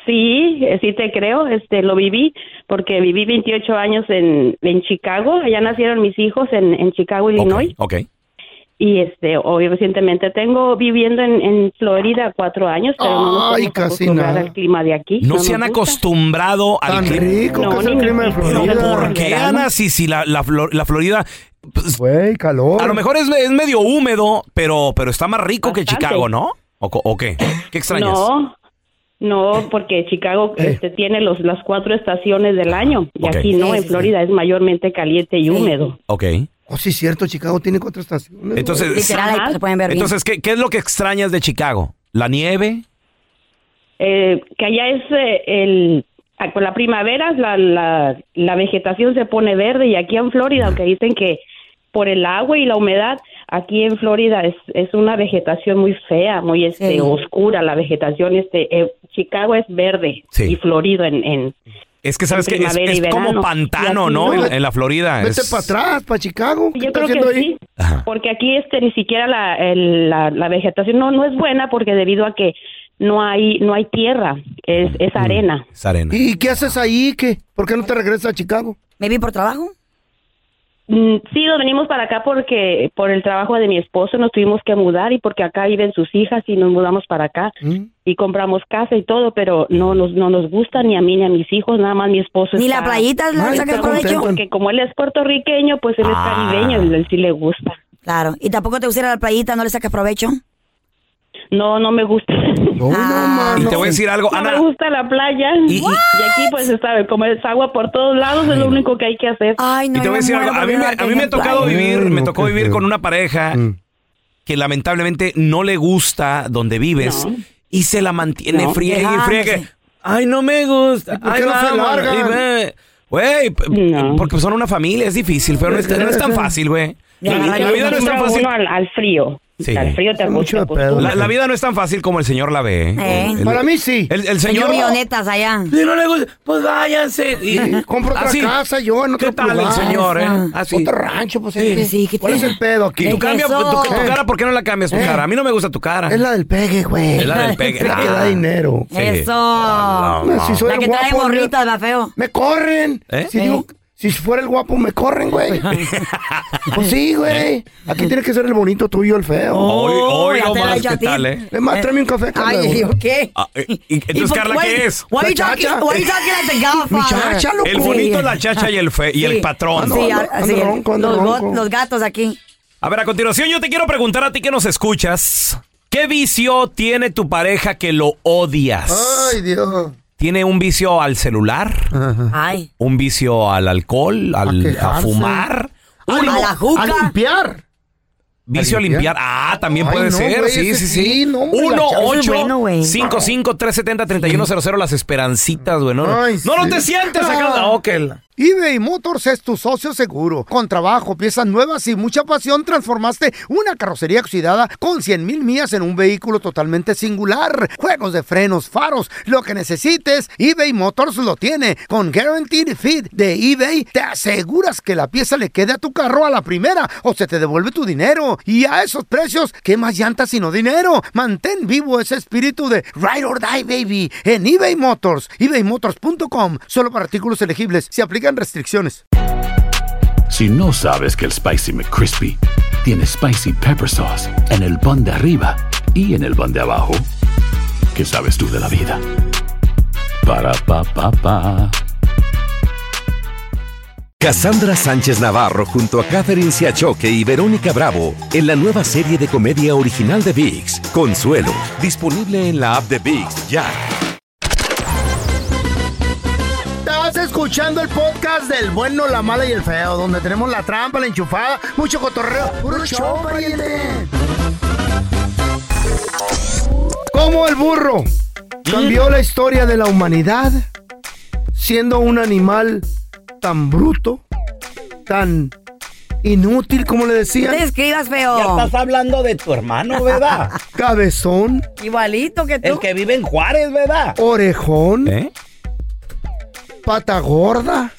Speaker 17: Sí, eh, sí te creo, este, lo viví porque viví 28 años en, en Chicago, allá nacieron mis hijos en, en Chicago, Illinois,
Speaker 1: Ok.
Speaker 17: y este, hoy recientemente tengo viviendo en, en Florida cuatro años, pero no nos
Speaker 5: Ay,
Speaker 17: podemos
Speaker 5: casi
Speaker 17: acostumbrar
Speaker 5: nada.
Speaker 17: al clima de aquí.
Speaker 1: No,
Speaker 17: nos
Speaker 1: se han
Speaker 17: gusta.
Speaker 1: acostumbrado al
Speaker 5: Tan
Speaker 1: clima.
Speaker 5: rico que es el clima de Florida.
Speaker 1: ¿Por qué, Ana? Si, si la, la, Flor- la Florida. Pues,
Speaker 5: Güey, calor.
Speaker 1: A lo mejor es, es medio húmedo, pero, pero está más rico que Chicago, ¿no? ¿O, co- o qué? ¿Qué extrañas? Eh.
Speaker 17: No, no, porque Chicago este, tiene los, las cuatro estaciones del año, y
Speaker 1: Ok.
Speaker 17: aquí no,
Speaker 1: Sí,
Speaker 17: en
Speaker 1: sí,
Speaker 17: Florida es mayormente caliente y húmedo.
Speaker 1: Ok.
Speaker 5: Oh, sí, cierto, Chicago tiene cuatro estaciones.
Speaker 1: Entonces-
Speaker 5: güey.
Speaker 17: Literal, ahí Ajá. se pueden ver bien.
Speaker 1: Entonces, ¿qué, qué es lo que extrañas de Chicago? ¿La nieve?
Speaker 17: eh, que allá es eh, el ah, con la primavera la, la, la vegetación se pone verde y aquí en Florida aunque dicen que por el agua y la humedad aquí en Florida es, es una vegetación muy fea muy este Sí. oscura la vegetación este eh, Chicago es verde
Speaker 1: Sí.
Speaker 17: y Florido en, en
Speaker 1: Es que sabes
Speaker 17: En
Speaker 1: que es,
Speaker 17: primavera y
Speaker 1: es como
Speaker 17: verano. Y
Speaker 1: pantano,
Speaker 17: aquí
Speaker 1: ¿no?
Speaker 17: no.
Speaker 1: En, en la Florida.
Speaker 17: Vete
Speaker 1: Ah, es-
Speaker 17: pa' atrás.
Speaker 5: Atrás, para Chicago. ¿Qué
Speaker 17: Yo
Speaker 5: está
Speaker 17: creo
Speaker 5: haciendo
Speaker 17: que
Speaker 5: ahí?
Speaker 17: sí, porque aquí este ni siquiera la, el- la, la vegetación no no es buena porque debido a que no hay no hay tierra es
Speaker 1: Mm.
Speaker 17: es arena
Speaker 1: es arena
Speaker 5: ¿Y qué haces ahí? ¿Qué? ¿Por qué no te regresas a Chicago?
Speaker 17: ¿Me vi por trabajo? Mm, Sí, nos venimos para acá porque por el trabajo de mi esposo nos tuvimos que mudar y porque acá viven sus hijas y nos mudamos para acá y compramos casa y todo, pero no nos, no nos gusta ni a mí ni a mis hijos, nada más mi esposo.
Speaker 6: Ni
Speaker 17: está-
Speaker 6: la playita la
Speaker 17: Ay,
Speaker 6: sacas
Speaker 17: está
Speaker 6: provecho.
Speaker 17: contento Porque como él es puertorriqueño, pues él es
Speaker 6: Ah.
Speaker 17: caribeño, él, él sí le gusta.
Speaker 6: Claro. ¿Y tampoco te gusta ir a la playita? ¿No le sacas provecho?
Speaker 17: No, Oh, no me gusta.
Speaker 5: Oh,
Speaker 6: Ah.
Speaker 1: y te voy a decir algo,
Speaker 17: Ah. No
Speaker 1: Ana.
Speaker 17: me gusta la playa. Y, aquí, pues, sabe, como es agua por todos lados, es lo único que hay que hacer.
Speaker 6: Ay,
Speaker 1: Y te voy a decir algo. A mí me, a mí me ha tocado vivir, me tocó vivir con una pareja
Speaker 5: Mm.
Speaker 1: que lamentablemente no le gusta donde vives y se la mantiene
Speaker 17: No.
Speaker 1: friegue y
Speaker 17: Dejándose.
Speaker 1: friegue. Ay, no me gusta.
Speaker 17: ¿Y por
Speaker 1: Ay,
Speaker 17: qué no se
Speaker 1: vamos,
Speaker 17: largan?
Speaker 1: y ve. Güey, p- porque son una familia, es difícil, pero no es, no es tan fácil, güey. La, la- la vida no es tan fácil.
Speaker 17: Uno al, al frío.
Speaker 1: Sí.
Speaker 17: Al frío te acostumbras.
Speaker 1: La, la vida no es tan fácil como el señor la ve. ¿eh?
Speaker 6: Eh.
Speaker 1: El-
Speaker 6: Para
Speaker 5: mí sí.
Speaker 1: El, el
Speaker 6: Señor
Speaker 1: señor.
Speaker 6: millonetas allá.
Speaker 1: Si no le gusta, pues váyanse.
Speaker 5: Y compro otra
Speaker 1: Así.
Speaker 5: casa yo en otro
Speaker 1: ¿Qué tal el
Speaker 5: lugar.
Speaker 1: señor, eh?
Speaker 5: Ah,
Speaker 1: Así.
Speaker 5: Otro rancho, pues.
Speaker 1: Sí.
Speaker 5: eh,
Speaker 1: Sí, que
Speaker 5: ¿Cuál
Speaker 1: te-
Speaker 5: es el pedo aquí?
Speaker 1: Y tu, cambia, tu, tu
Speaker 5: Eh,
Speaker 1: cara, ¿por qué no la cambias tu
Speaker 5: Eh.
Speaker 1: cara? A mí no me gusta tu cara.
Speaker 5: Es la del pegue, güey.
Speaker 1: Es la del pegue.
Speaker 5: Es la que
Speaker 1: Ah.
Speaker 5: da dinero.
Speaker 1: Sí.
Speaker 6: Eso.
Speaker 5: No, si soy
Speaker 6: la
Speaker 5: el
Speaker 6: que trae
Speaker 5: guapo,
Speaker 6: morritas, va feo.
Speaker 5: Me corren.
Speaker 1: ¿Eh?
Speaker 5: Si, digo- si fuera el guapo, me corren, güey. pues sí, güey. Aquí tiene que ser el bonito tuyo, el
Speaker 1: ¿Eh?
Speaker 5: feo.
Speaker 1: Hoy- hoy
Speaker 6: Oh,
Speaker 1: ya no te la más, he hecho ¿qué a ti. tal, eh?
Speaker 5: Es más, tráeme un café, Carla,
Speaker 6: Ay,
Speaker 5: güey.
Speaker 6: ¿yo qué?
Speaker 1: Ah, eh, y- entonces,
Speaker 6: por-
Speaker 1: Carla,
Speaker 6: why-
Speaker 1: ¿qué es?
Speaker 6: why you talking-
Speaker 5: chacha.
Speaker 6: why you talking like the Godfather?
Speaker 5: Muchacha, loco.
Speaker 1: El bonito, la chacha y el, fe- y el patrón.
Speaker 6: Sí, ah,
Speaker 5: ando
Speaker 6: sí,
Speaker 5: ronco, ando
Speaker 6: los,
Speaker 5: ronco.
Speaker 6: got- los gatos aquí.
Speaker 1: A ver, a continuación yo te quiero preguntar a ti que nos escuchas. ¿Qué vicio tiene tu pareja que lo odias?
Speaker 5: Ay, Dios.
Speaker 1: ¿Tiene un vicio al celular?
Speaker 6: Ay.
Speaker 1: ¿Un vicio al alcohol? Al, ¿A,
Speaker 5: quejarse.
Speaker 1: fumar?
Speaker 6: A
Speaker 1: Un
Speaker 6: la juca.
Speaker 5: A limpiar.
Speaker 1: ¿Vicio a limpiar? Ah, también
Speaker 5: Ay,
Speaker 1: puede
Speaker 5: no,
Speaker 1: ser.
Speaker 5: güey,
Speaker 1: sí,
Speaker 5: ese
Speaker 1: sí, sí,
Speaker 5: sí, no, hombre, la
Speaker 1: 1
Speaker 5: chacha. Eso es
Speaker 1: 8
Speaker 5: bueno, güey.
Speaker 1: 55 370 3100 Las esperancitas, güey. No,
Speaker 5: Ay,
Speaker 1: no, no
Speaker 5: sí.
Speaker 1: te sientes acá.
Speaker 5: Ah.
Speaker 1: No, que la-
Speaker 5: eBay Motors es tu socio seguro. Con trabajo, piezas nuevas y mucha pasión, transformaste una carrocería oxidada con 100.000 mil millas en un vehículo totalmente singular. Juegos de frenos, faros, lo que necesites, eBay Motors lo tiene. Con Guaranteed Fit de eBay, te aseguras que la pieza le quede a tu carro a la primera o se te devuelve tu dinero. Y a esos precios, ¿qué más llantas sino dinero? Mantén vivo ese espíritu de Ride or Die, baby, en eBay Motors. ebaymotors.com, solo para artículos elegibles. Se aplican restricciones.
Speaker 18: Si no sabes que el Spicy McCrispy tiene Spicy Pepper Sauce en el pan de arriba y en el pan de abajo, ¿qué sabes tú de la vida? Para, pa, pa, pa.
Speaker 19: Cassandra Sánchez Navarro junto a Catherine Siachoque y Verónica Bravo en la nueva serie de comedia original de VIX, Consuelo, disponible en la app de VIX ya.
Speaker 5: Estás escuchando el podcast del bueno, la mala y el feo, donde tenemos la trampa, la enchufada, mucho cotorreo. ¡Puro show, pariente! ¿Cómo el burro cambió la historia de la humanidad siendo un animal tan bruto, tan inútil, como le
Speaker 6: No
Speaker 5: decían?
Speaker 6: te escribas feo.
Speaker 20: hablando de tu hermano, ¿verdad?
Speaker 5: Cabezón,
Speaker 6: Igualito que tú.
Speaker 20: El que vive en Juárez, ¿verdad?
Speaker 5: orejón, pata gorda.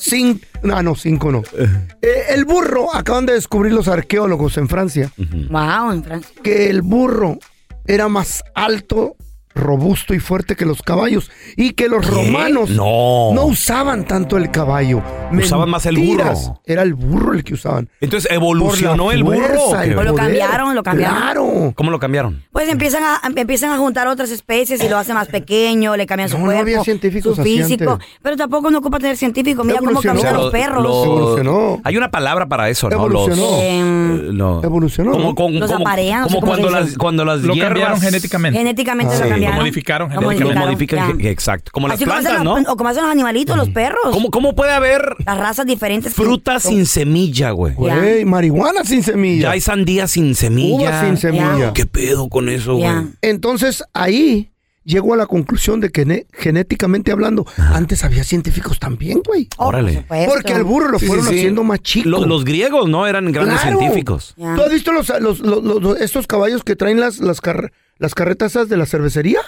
Speaker 5: Cinco, ah, no, no, cinco no. Eh, el burro, acaban de descubrir los arqueólogos en Francia,
Speaker 6: Wow, en Francia.
Speaker 5: que el burro era más alto, robusto y fuerte que los caballos y que los romanos
Speaker 1: No.
Speaker 5: no usaban tanto el caballo.
Speaker 1: Usaban más el burro.
Speaker 5: Mentiras, Era el burro el que usaban.
Speaker 1: Entonces, ¿evolucionó el burro?
Speaker 5: fuerza, el
Speaker 1: qué?
Speaker 5: O lo poder.
Speaker 6: cambiaron, lo cambiaron.
Speaker 5: Claro.
Speaker 1: ¿Cómo lo cambiaron?
Speaker 6: Pues empiezan a, empiezan a juntar otras especies y lo hacen
Speaker 1: Eh.
Speaker 6: más pequeño, le cambian su
Speaker 5: No, no
Speaker 6: cuerpo,
Speaker 5: había científicos
Speaker 6: su
Speaker 5: así
Speaker 6: físico.
Speaker 5: antes.
Speaker 6: Pero tampoco no ocupa tener científicos. Mira cómo
Speaker 5: Evolucionó.
Speaker 6: caminan
Speaker 5: O sea,
Speaker 6: los
Speaker 1: Lo-
Speaker 6: perros.
Speaker 1: lo-
Speaker 5: Evolucionó.
Speaker 1: Hay una palabra para eso, ¿no? Los-
Speaker 5: Evolucionó.
Speaker 1: eh, lo-
Speaker 5: Evolucionó.
Speaker 1: Como, con-
Speaker 6: Em, Los
Speaker 1: como-
Speaker 6: aparean, no
Speaker 1: como
Speaker 6: sé cómo
Speaker 1: cuando
Speaker 6: se dice.
Speaker 1: las, cuando las
Speaker 21: Lo
Speaker 1: hierbas-
Speaker 21: cambiaron genéticamente.
Speaker 6: Genéticamente lo
Speaker 1: Sí.
Speaker 6: cambiaron. Lo
Speaker 1: Lo
Speaker 6: modificaron,
Speaker 1: modifican,
Speaker 6: ya.
Speaker 1: ge- exacto. Como las
Speaker 6: Así como hacen
Speaker 1: plantas, ¿no? Mm.
Speaker 6: los- O como hacen los animalitos, los perros.
Speaker 1: ¿Cómo, cómo puede haber
Speaker 6: Las razas diferentes. que-
Speaker 1: fruta sin semilla, güey?
Speaker 5: Güey, marihuana sin
Speaker 1: Ya
Speaker 5: semilla.
Speaker 1: hay sandía sin semilla.
Speaker 5: Uva sin semilla.
Speaker 1: ¿Qué pedo con eso, güey?
Speaker 5: Entonces ahí llegó a la conclusión de que ne- genéticamente hablando, antes había científicos también, güey.
Speaker 1: Órale.
Speaker 5: Porque al burro lo
Speaker 1: Sí, sí,
Speaker 5: fueron
Speaker 1: sí.
Speaker 5: haciendo más chico.
Speaker 1: Lo- Los, griegos, ¿no? Eran grandes
Speaker 5: Claro.
Speaker 1: científicos.
Speaker 5: ¿Tú has visto los, los- los- los- los- estos caballos que traen las, las, car- las carretas esas de la cervecería?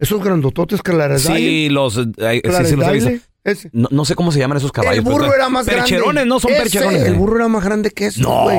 Speaker 5: Esos grandototes que la verdad-
Speaker 1: Sí, los... eh, eh, sí, sí, los he
Speaker 5: Claridaile,
Speaker 1: visto. No, no sé cómo se llaman esos caballos.
Speaker 5: El
Speaker 1: pero
Speaker 5: burro
Speaker 1: están-
Speaker 5: era más grande.
Speaker 1: pues, Percherones, no son
Speaker 5: Ese,
Speaker 1: percherones.
Speaker 5: El
Speaker 1: güey.
Speaker 5: burro era más grande que eso,
Speaker 1: No.
Speaker 5: güey.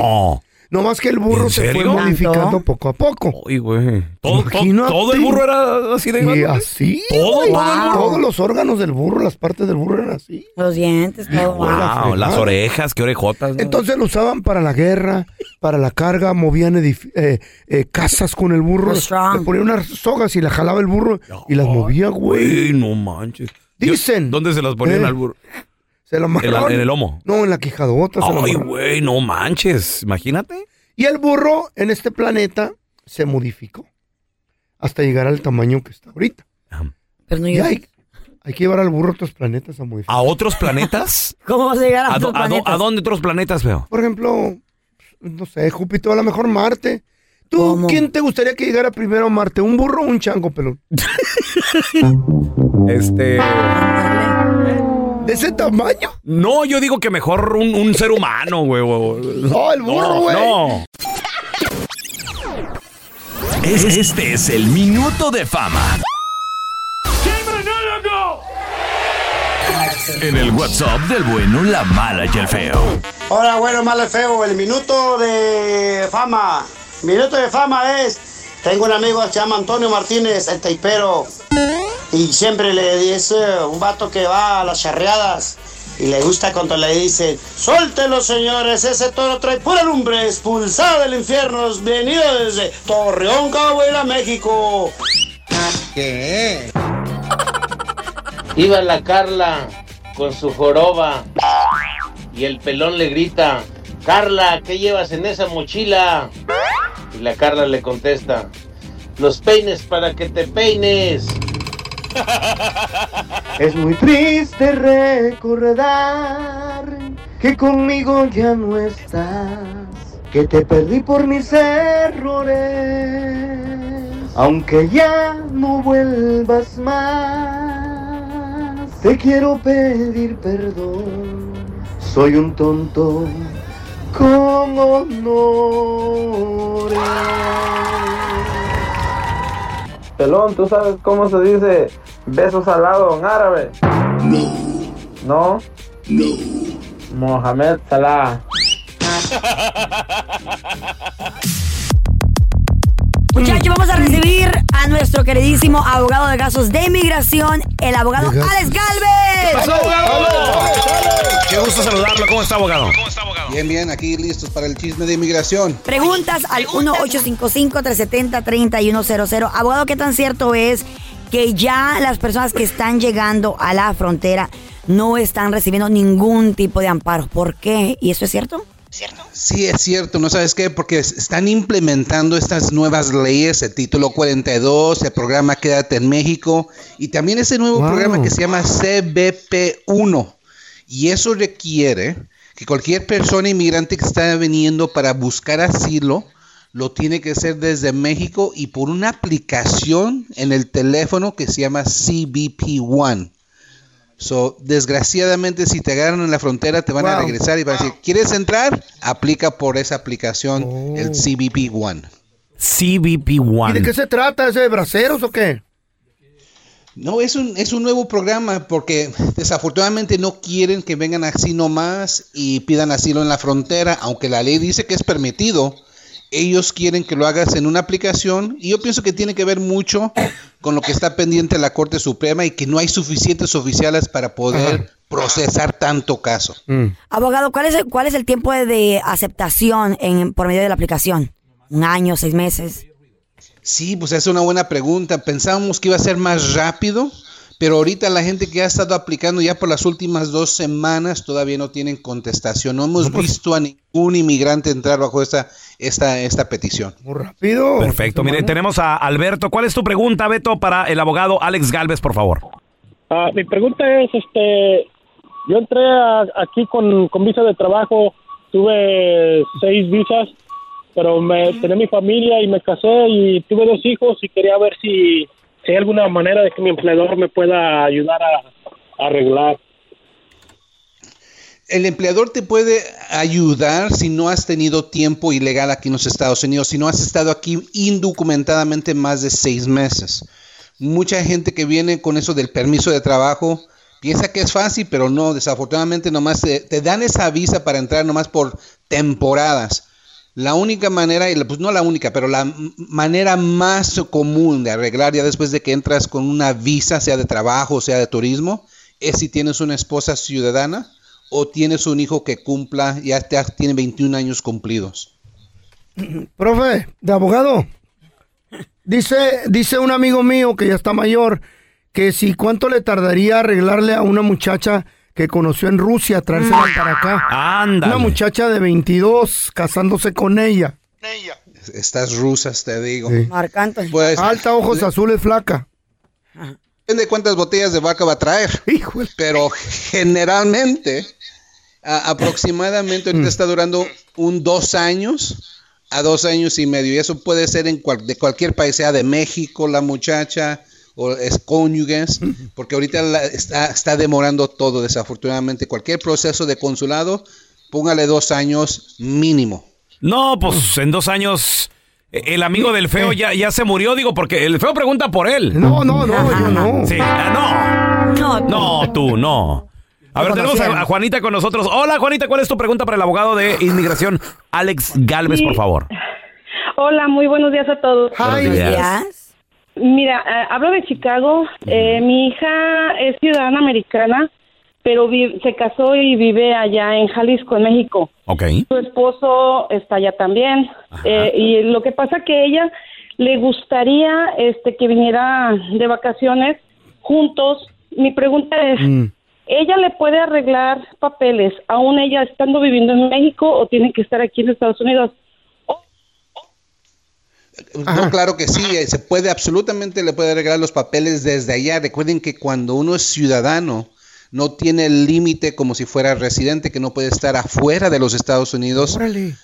Speaker 5: No más que el burro
Speaker 1: ¿En
Speaker 5: se fue
Speaker 1: serio?
Speaker 5: modificando
Speaker 1: ¿Tanto?
Speaker 5: poco a poco.
Speaker 1: Ay, güey. Todo, todo,
Speaker 5: Imagínate.
Speaker 1: todo el burro era así de
Speaker 5: Y
Speaker 1: grande.
Speaker 5: así.
Speaker 1: Todo,
Speaker 5: güey.
Speaker 1: todo el burro.
Speaker 5: Todos los órganos del burro, las partes del burro eran así.
Speaker 6: Los dientes, todo.
Speaker 1: Wow, las orejas, qué
Speaker 6: Pues
Speaker 1: orejotas. ¿no?
Speaker 5: Entonces lo usaban para la guerra, para la carga, movían edif- eh, eh, casas con el burro, le ponían unas sogas y la jalaba el burro y las movía, güey.
Speaker 1: Ey, no manches.
Speaker 5: Dicen.
Speaker 1: ¿Dónde se las ponían
Speaker 5: Eh,
Speaker 1: al burro?
Speaker 5: Se la
Speaker 1: En, la-
Speaker 5: amarraron.
Speaker 1: en el lomo.
Speaker 5: No, en la quijadota. se la
Speaker 1: Ay,
Speaker 5: amarraron.
Speaker 1: güey, no manches. Imagínate.
Speaker 5: y el burro en este planeta se modificó hasta llegar al tamaño que está ahorita.
Speaker 6: Pero no
Speaker 5: Y
Speaker 6: llega-
Speaker 5: hay, hay que llevar al burro a otros planetas a modificar.
Speaker 1: ¿A otros planetas?
Speaker 6: ¿Cómo vas a llegar a,
Speaker 1: ¿A,
Speaker 6: otros
Speaker 1: do- a do-
Speaker 6: planetas?
Speaker 1: a dónde otros planetas, veo?
Speaker 5: Por ejemplo, no sé, Júpiter, a lo mejor Marte. ¿Tú quién te gustaría que llegara primero a Marte? ¿Un burro o un chango pelón?
Speaker 1: Este.
Speaker 22: ¿De ese tamaño?
Speaker 1: No, yo digo que mejor un, un ser humano, güey. No,
Speaker 22: el burro, güey.
Speaker 1: No.
Speaker 2: Es- Este es el minuto de fama. En el WhatsApp del bueno, la mala y el feo.
Speaker 5: Hola, bueno, mal y feo. El minuto de fama. Minuto de fama es. Tengo un amigo que se llama Antonio Martínez, el taipero. Y siempre le dice un vato que va a las charreadas. Y le gusta cuando le dicen: Suéltelo, señores, ese toro trae pura lumbre, expulsado del infierno, venido desde Torreón, Coahuila, México.
Speaker 14: ¿Qué? Iba la Carla con su joroba y el pelón le grita, Carla, ¿qué llevas en esa mochila? Y la Carla le contesta, los peines para que te peines.
Speaker 13: Es muy triste recordar que conmigo ya no estás, que te perdí por mis errores, aunque ya no vuelvas más. Te quiero pedir perdón, soy un tonto con honores.
Speaker 16: Pelón, ¿tú sabes cómo se dice besos al lado en árabe? No. ¿No? No. Mohamed Salah.
Speaker 6: Muchachos, vamos a recibir a nuestro queridísimo abogado de casos de inmigración, el abogado Alex Galvez.
Speaker 1: Qué gusto saludarlo. ¿Cómo está, abogado?
Speaker 23: Bien, bien, aquí listos para el chisme de inmigración.
Speaker 6: Preguntas al 1-855-370-3100. Abogado, ¿qué tan cierto es que ya las personas que están llegando a la frontera no están recibiendo ningún tipo de amparo? ¿Por qué? ¿Y eso es cierto?
Speaker 23: Sí, es cierto, ¿no sabes qué? Porque es- están implementando estas nuevas leyes, el título 42, el programa Quédate en México y también ese nuevo programa que se llama CBP1. Y eso requiere que cualquier persona inmigrante que está viniendo para buscar asilo lo tiene que hacer desde México y por una aplicación en el teléfono que se llama CBP1. So, desgraciadamente, si te agarran en la frontera, te van a
Speaker 24: Wow.
Speaker 23: regresar y van a decir, ¿quieres entrar? Aplica por esa aplicación, el
Speaker 24: Oh.
Speaker 23: CBP1.
Speaker 22: ¿Y de qué
Speaker 23: CBP1.
Speaker 22: se trata? ¿Es de braceros o qué?
Speaker 23: No, es un, es un nuevo programa porque desafortunadamente no quieren que vengan así nomás y pidan asilo en la frontera, aunque la ley dice que es permitido. Ellos quieren que lo hagas en una aplicación y yo pienso que tiene que ver mucho con lo que está pendiente la Corte Suprema y que no hay suficientes oficiales para poder procesar tanto caso.
Speaker 22: Mm.
Speaker 6: Abogado, ¿cuál es el, cuál es el tiempo de, de aceptación en, por medio de la aplicación? ¿Un año, seis meses?
Speaker 23: Sí, pues es una buena pregunta. Pensábamos que iba a ser más rápido, pero ahorita la gente que ha estado aplicando ya por las últimas dos semanas todavía no tienen contestación. No hemos visto a ningún inmigrante entrar bajo esta, esta, esta petición.
Speaker 22: Pido.
Speaker 1: Perfecto. Mire, tenemos a Alberto. ¿Cuál es tu pregunta, Beto, para el abogado Alex Galvez, por favor?
Speaker 25: Ah, mi pregunta es, este, yo entré a- aquí con, con visa de trabajo, tuve seis visas, pero me tenía mi familia y me casé y tuve dos hijos y quería ver si, si hay alguna manera de que mi empleador me pueda ayudar a, a arreglar.
Speaker 23: El empleador te puede ayudar si no has tenido tiempo ilegal aquí en los Estados Unidos, si no has estado aquí indocumentadamente más de seis meses. Mucha gente que viene con eso del permiso de trabajo piensa que es fácil, pero no, desafortunadamente nomás te, te dan esa visa para entrar nomás por temporadas. La única manera, y la- pues no la única, pero la m- manera más común de arreglar ya después de que entras con una visa, sea de trabajo, sea de turismo, es si tienes una esposa ciudadana o tienes un hijo que cumpla, ya te- tiene 21 años cumplidos.
Speaker 22: Profe, de abogado. Dice, dice un amigo mío que ya está mayor que si cuánto le tardaría arreglarle a una muchacha que conoció en Rusia, traérsela para acá.
Speaker 23: Mm. Ándale.
Speaker 22: Una muchacha de 22 casándose con ella.
Speaker 23: Estás rusas, te digo.
Speaker 6: Marcanto.
Speaker 23: Pues,
Speaker 22: Alta, ojos azules, flaca.
Speaker 23: Depende de cuántas botellas de vaca va a traer. Pero generalmente, a- aproximadamente ahorita está durando un dos años a dos años y medio. Y eso puede ser en cual- de cualquier país, sea de México la muchacha, o es cónyuges, porque ahorita la- está, está demorando todo, desafortunadamente. Cualquier proceso de consulado, póngale dos años mínimo.
Speaker 1: No, pues en dos años eh, el amigo del feo ya, ya se murió, digo, porque el feo pregunta por él.
Speaker 5: No, no, no, yo no.
Speaker 1: Sí, ah, no. No, tú, no. A
Speaker 5: Lo
Speaker 1: ver, tenemos
Speaker 5: conocieron.
Speaker 1: a a Juanita con nosotros. Hola, Juanita, ¿cuál es tu pregunta para el abogado de inmigración, Alex Galvez, por favor?
Speaker 17: Hola, muy buenos días a todos.
Speaker 1: Hi. Buenos días.
Speaker 17: Mira, eh, hablo de Chicago. Eh, mi hija es ciudadana americana, pero vi- se casó y vive allá en Jalisco, en México.
Speaker 1: Ok.
Speaker 17: Su esposo está allá también. Eh, y lo que pasa que ella le gustaría este que viniera de vacaciones juntos. Mi pregunta es, ¿ella le puede arreglar papeles aún ella estando viviendo en México o tiene que estar aquí en Estados Unidos?
Speaker 23: No, claro que sí, eh, se puede, absolutamente le puede arreglar los papeles desde allá. Recuerden que cuando uno es ciudadano, no tiene el límite como si fuera residente, que no puede estar afuera de los Estados Unidos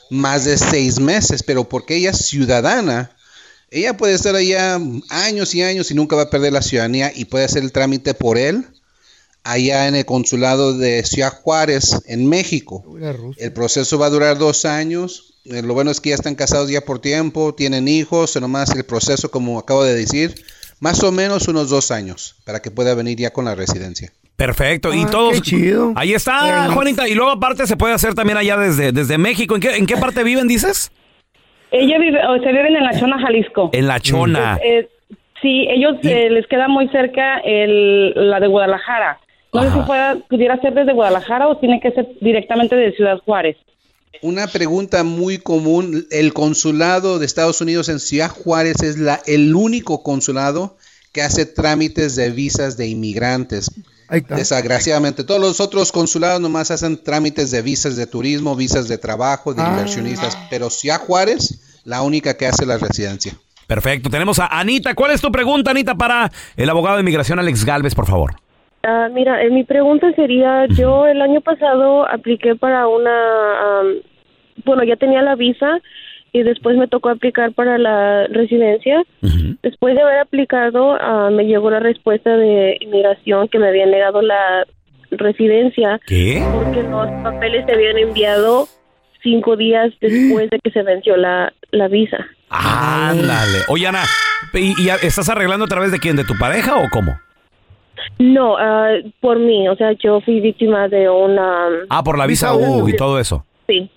Speaker 23: más de seis meses, pero porque ella es ciudadana, ella puede estar allá años y años y nunca va a perder la ciudadanía y puede hacer el trámite por él allá en el consulado de Ciudad Juárez, en México. El proceso va a durar dos años. Eh, Lo bueno es que ya están casados ya por tiempo, tienen hijos, o nomás el proceso, como acabo de decir, más o menos unos dos años para que pueda venir ya con la residencia.
Speaker 1: Perfecto. y todos.
Speaker 23: chido.
Speaker 1: Ahí está,
Speaker 23: Yes.
Speaker 1: Juanita. Y luego, aparte, se puede hacer también allá desde, desde México. ¿En qué, ¿En qué parte viven, dices?
Speaker 17: Ella vive, o se viven en la zona Jalisco.
Speaker 1: En La Chona.
Speaker 17: Eh, sí, ellos eh, les queda muy cerca el, la de Guadalajara. No sé si fuera- pudiera ser desde Guadalajara o tiene que ser directamente de Ciudad Juárez.
Speaker 23: Una pregunta muy común, el consulado de Estados Unidos en Ciudad Juárez es la, el único consulado que hace trámites de visas de inmigrantes. Desgraciadamente, todos los otros consulados nomás hacen trámites de visas de turismo, visas de trabajo, de inversionistas, pero Ciudad Juárez, la única que hace la residencia.
Speaker 1: Perfecto. Tenemos a Anita. ¿Cuál es tu pregunta, Anita, para el abogado de inmigración, Alex Galvez, por favor?
Speaker 3: Ah, mira, eh, mi pregunta sería, yo el año pasado apliqué para una, am, bueno, ya tenía la visa y después me tocó aplicar para la residencia. Después de haber aplicado, ah, me llegó la respuesta de inmigración que me habían negado la residencia
Speaker 17: ¿Eh?
Speaker 1: ¿Qué?
Speaker 3: porque los papeles se habían enviado cinco días después de que se venció la, la visa.
Speaker 1: Ándale. Oye, Ana, ¿y, y estás arreglando a través de quién? ¿De tu pareja o cómo?
Speaker 3: No, ah, por mí, o sea, yo fui víctima de una...
Speaker 1: Ah, por la visa U y Ah, todo eso.
Speaker 3: Sí.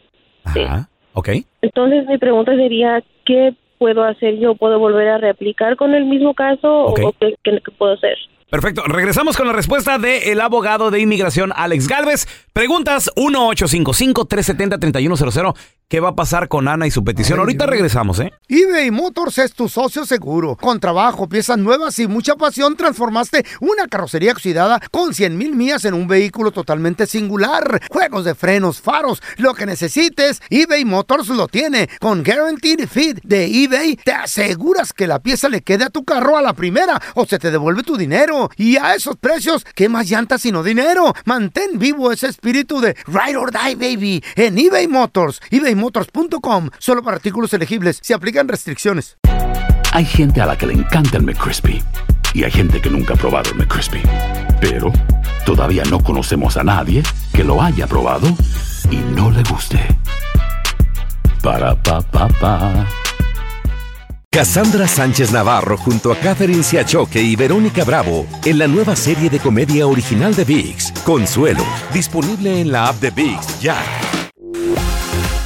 Speaker 1: Ajá. Ok.
Speaker 3: Entonces mi pregunta sería, ¿qué puedo hacer yo? ¿Puedo volver a reaplicar con el mismo caso
Speaker 1: Ok.
Speaker 3: o- o qué, qué- qué puedo hacer?
Speaker 1: Perfecto. Regresamos con la respuesta del abogado de inmigración, Alex Galvez. Preguntas 1-855-370-3100. ¿Qué va a pasar con Ana y su petición? Ahorita regresamos, ¿eh?
Speaker 5: eBay Motors es tu socio seguro. Con trabajo, piezas nuevas y mucha pasión, transformaste una carrocería oxidada con 100 mil millas en un vehículo totalmente singular. Juegos de frenos, faros, lo que necesites, eBay Motors lo tiene. Con Guaranteed Fit de eBay, te aseguras que la pieza le quede a tu carro a la primera o se te devuelve tu dinero. Y a esos precios, ¿qué más llantas sino dinero? Mantén vivo ese espíritu de Ride or Die, baby, en eBay Motors. ebaymotors.com. Solo para artículos elegibles. Se aplican restricciones.
Speaker 18: Hay gente a la que le encanta el McCrispy y hay gente que nunca ha probado el McCrispy. Pero todavía no conocemos a nadie que lo haya probado y no le guste. Para pa pa pa.
Speaker 19: Cassandra Sánchez Navarro junto a Catherine Siachoque y Verónica Bravo en la nueva serie de comedia original de VIX, Consuelo, disponible en la app de VIX ya.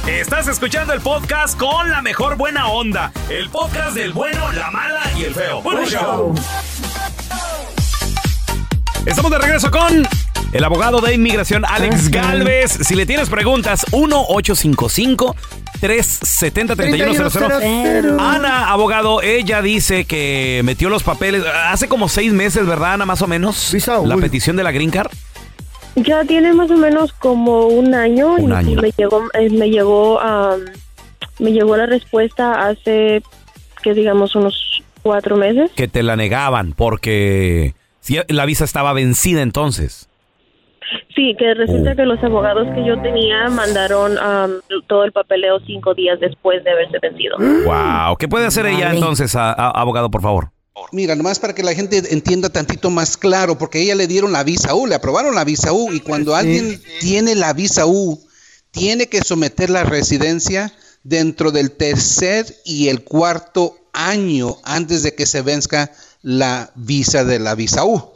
Speaker 1: Estás escuchando el podcast con la mejor buena onda. El podcast del bueno, la mala y el feo. Buen show. Estamos de regreso con el abogado de inmigración Alex Galvez. Si le tienes preguntas, 1-855. 370-3100. Ana, abogado, ella dice que metió los papeles hace como seis meses, ¿verdad, Ana? Más o menos. La petición de la Green Card.
Speaker 3: Ya tiene más o menos como un año,
Speaker 1: Un
Speaker 3: y-
Speaker 1: año.
Speaker 3: y me llegó, eh, me llegó, am, me llegó la respuesta hace, que digamos, unos cuatro meses.
Speaker 1: Que te la negaban porque si la visa estaba vencida entonces.
Speaker 3: Sí, que
Speaker 1: Oh.
Speaker 3: resulta que los abogados que yo tenía mandaron am, todo el papeleo cinco días después de haberse vencido.
Speaker 1: ¡Ah! Wow, ¿qué puede hacer ella entonces, a- a- abogado, por favor?
Speaker 23: Mira, nomás para que la gente entienda tantito más claro, porque a ella le dieron la visa U, le aprobaron la visa U, y cuando alguien tiene la visa U, tiene que someter la residencia dentro del tercer y el cuarto año antes de que se venza la visa de la visa U.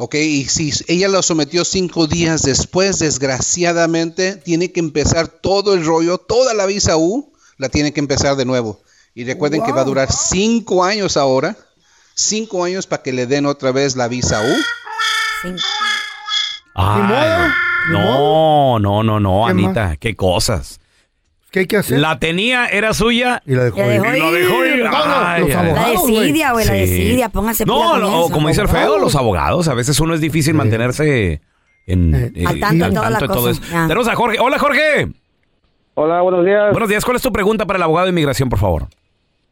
Speaker 23: Ok, y si ella lo sometió cinco días después, desgraciadamente, tiene que empezar todo el rollo, toda la visa U, la tiene que empezar de nuevo. Y recuerden que va a durar cinco años ahora, cinco años para que le den otra vez la visa U.
Speaker 1: Ay,
Speaker 23: modo, ni
Speaker 1: no, no, no, no,
Speaker 23: ¿Qué
Speaker 1: Anita, qué cosas.
Speaker 5: ¿Qué hay que hacer?
Speaker 1: La tenía, era suya. Y la
Speaker 5: dejó
Speaker 6: La ir. dejó
Speaker 1: la dejó ir.
Speaker 6: ir. No, no,
Speaker 1: Ay,
Speaker 6: los
Speaker 1: ay,
Speaker 6: abogados, La desidia, güey, la
Speaker 1: Sí.
Speaker 6: desidia, póngase pila
Speaker 1: No,
Speaker 6: con
Speaker 1: no,
Speaker 6: eso.
Speaker 1: como dice el feo, los abogados. A veces uno es difícil mantenerse en, eh,
Speaker 6: Al tanto en todas las
Speaker 1: de
Speaker 6: cosas, ya.
Speaker 1: Tenemos a Jorge. Hola, Jorge.
Speaker 16: Hola, buenos días.
Speaker 1: Buenos días. ¿Cuál es tu pregunta para el abogado de inmigración, por favor?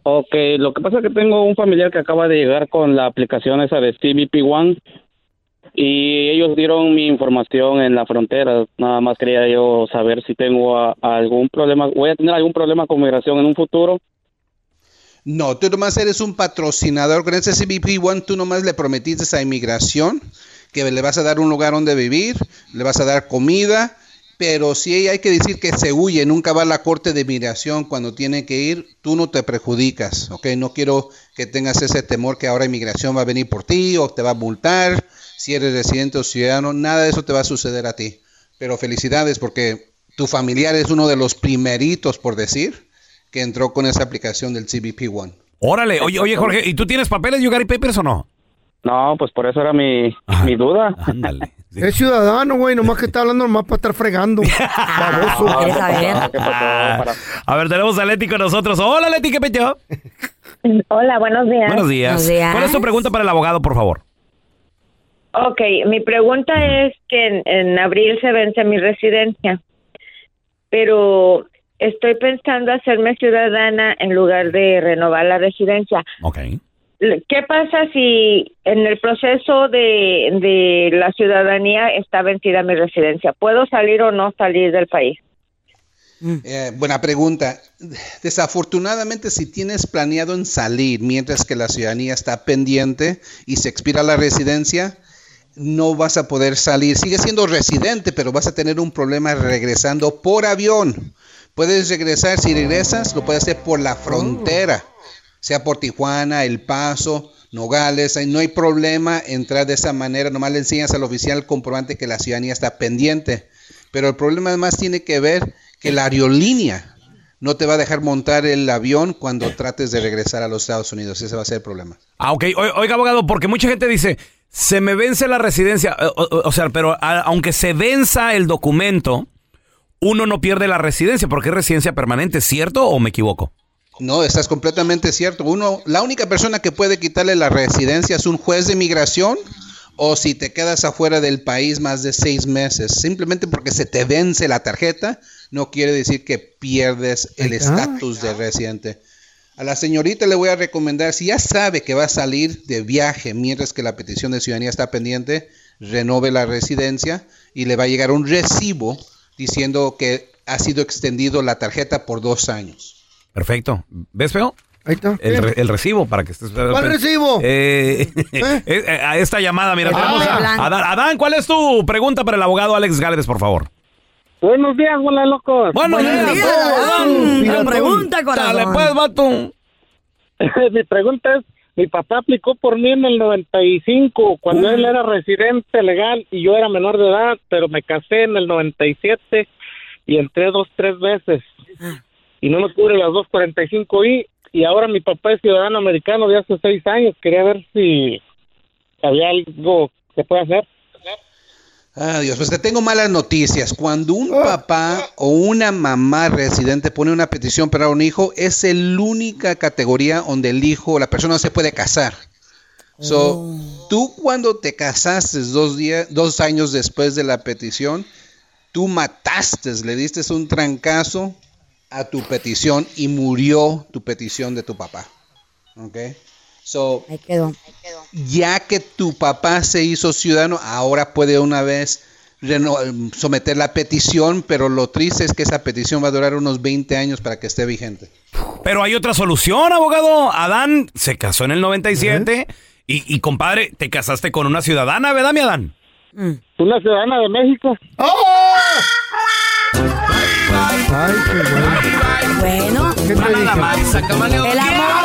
Speaker 16: Ok, lo que pasa es que tengo un familiar que acaba de llegar con la aplicación esa de CBP One y ellos dieron mi información en la frontera. Nada más quería yo saber si tengo a- algún problema, voy a tener algún problema con migración en un futuro.
Speaker 23: No, tú nomás eres un patrocinador con ese CBP One, tú nomás le prometiste a inmigración que le vas a dar un lugar donde vivir, le vas a dar comida, pero si ella hay que decir que se huye, nunca va a la corte de inmigración cuando tiene que ir, tú no te perjudicas, ¿ok? No quiero que tengas ese temor que ahora inmigración va a venir por ti o te va a multar si eres residente o ciudadano, nada de eso te va a suceder a ti. Pero felicidades porque tu familiar es uno de los primeritos, por decir, que entró con esa aplicación del CBP One.
Speaker 1: Órale, oye, oye, Jorge, ¿y tú tienes papeles, You Got Papers o no?
Speaker 16: No, pues por eso era mi, mi duda.
Speaker 1: Ándale.
Speaker 5: Es ciudadano, güey, nomás que está hablando nomás para estar fregando.
Speaker 1: Ah,
Speaker 5: Baboso.
Speaker 1: A ver, tenemos a Leti con nosotros. Hola, Leti, ¿qué peteo?
Speaker 11: Hola, buenos días.
Speaker 1: Buenos días. ¿Cuál es tu pregunta para el abogado, por favor?
Speaker 11: Ok, mi pregunta es que en, en abril se vence mi residencia, pero estoy pensando hacerme ciudadana en lugar de renovar la residencia.
Speaker 1: Ok.
Speaker 11: L- ¿Qué pasa si en el proceso de, de la ciudadanía está vencida mi residencia? ¿Puedo salir o no salir del país?
Speaker 23: Eh, buena pregunta. Desafortunadamente, si tienes planeado en salir mientras que la ciudadanía está pendiente y se expira la residencia, no vas a poder salir. Sigues siendo residente, pero vas a tener un problema regresando por avión. Puedes regresar, si regresas, lo puedes hacer por la frontera, sea por Tijuana, El Paso, Nogales, ahí no hay problema entrar de esa manera, nomás le enseñas al oficial comprobante que la ciudadanía está pendiente. Pero el problema además tiene que ver que la aerolínea no te va a dejar montar el avión cuando trates de regresar a los Estados Unidos, ese va a ser el problema.
Speaker 1: Ah, ok. O- oiga, abogado, porque mucha gente dice, se me vence la residencia. Eh, O, o- o sea, pero a- aunque se venza el documento, uno no pierde la residencia porque es residencia permanente, ¿cierto o me equivoco?
Speaker 23: No, estás completamente cierto. Uno, la única persona que puede quitarle la residencia es un juez de migración o si te quedas afuera del país más de seis meses. Simplemente porque se te vence la tarjeta, no quiere decir que pierdes
Speaker 16: Ahí
Speaker 23: el
Speaker 16: está.
Speaker 23: estatus de residente. A la señorita le voy a recomendar, si ya sabe que va a salir de viaje mientras que la petición de ciudadanía está pendiente, renove la residencia y le va a llegar un recibo diciendo que ha sido extendido la tarjeta por dos años.
Speaker 1: Perfecto. ¿Ves, feo?
Speaker 5: Ahí está.
Speaker 1: El, re- el recibo para que estés.
Speaker 23: ¿Cuál
Speaker 5: recibo?
Speaker 1: Eh, eh, eh, a esta llamada, mira, tenemos a- Adán. Adán, ¿cuál es tu pregunta para el abogado Alex Gálvez, por favor?
Speaker 16: Buenos días, hola, locos.
Speaker 1: Buenos días, Adán.
Speaker 16: Mira tú.
Speaker 1: Dale, pues, vato.
Speaker 16: mi pregunta es, mi papá aplicó por mí en el 95, cuando él era residente legal y yo era menor de edad, pero me casé en el 97 y entré dos, tres veces.
Speaker 1: Ah.
Speaker 16: Y no me cubre las 245I. Y ahora mi papá es ciudadano americano de hace seis años. Quería ver si había algo que pueda hacer.
Speaker 23: Ah, Dios, pues te tengo malas noticias. Cuando un papá o una mamá residente pone una petición para un hijo, es la única categoría donde el hijo o la persona no se puede casar. So, tú cuando te casaste dos, días, dos años después de la petición, tú mataste, le diste un trancazo a tu petición y murió tu petición de tu papá. ¿Ok? So,
Speaker 6: quedó.
Speaker 23: ya que tu papá se hizo ciudadano, ahora puede una vez reno- someter la petición, pero lo triste es que esa petición va a durar unos 20 años para que esté vigente.
Speaker 1: Pero hay otra solución, abogado. Adán se casó en el 97 y, y, compadre, te casaste con una ciudadana, ¿verdad, mi Adán?
Speaker 7: Una ciudadana de México.
Speaker 5: Ah,
Speaker 6: Bueno,
Speaker 1: nada más, acábale
Speaker 6: El amor.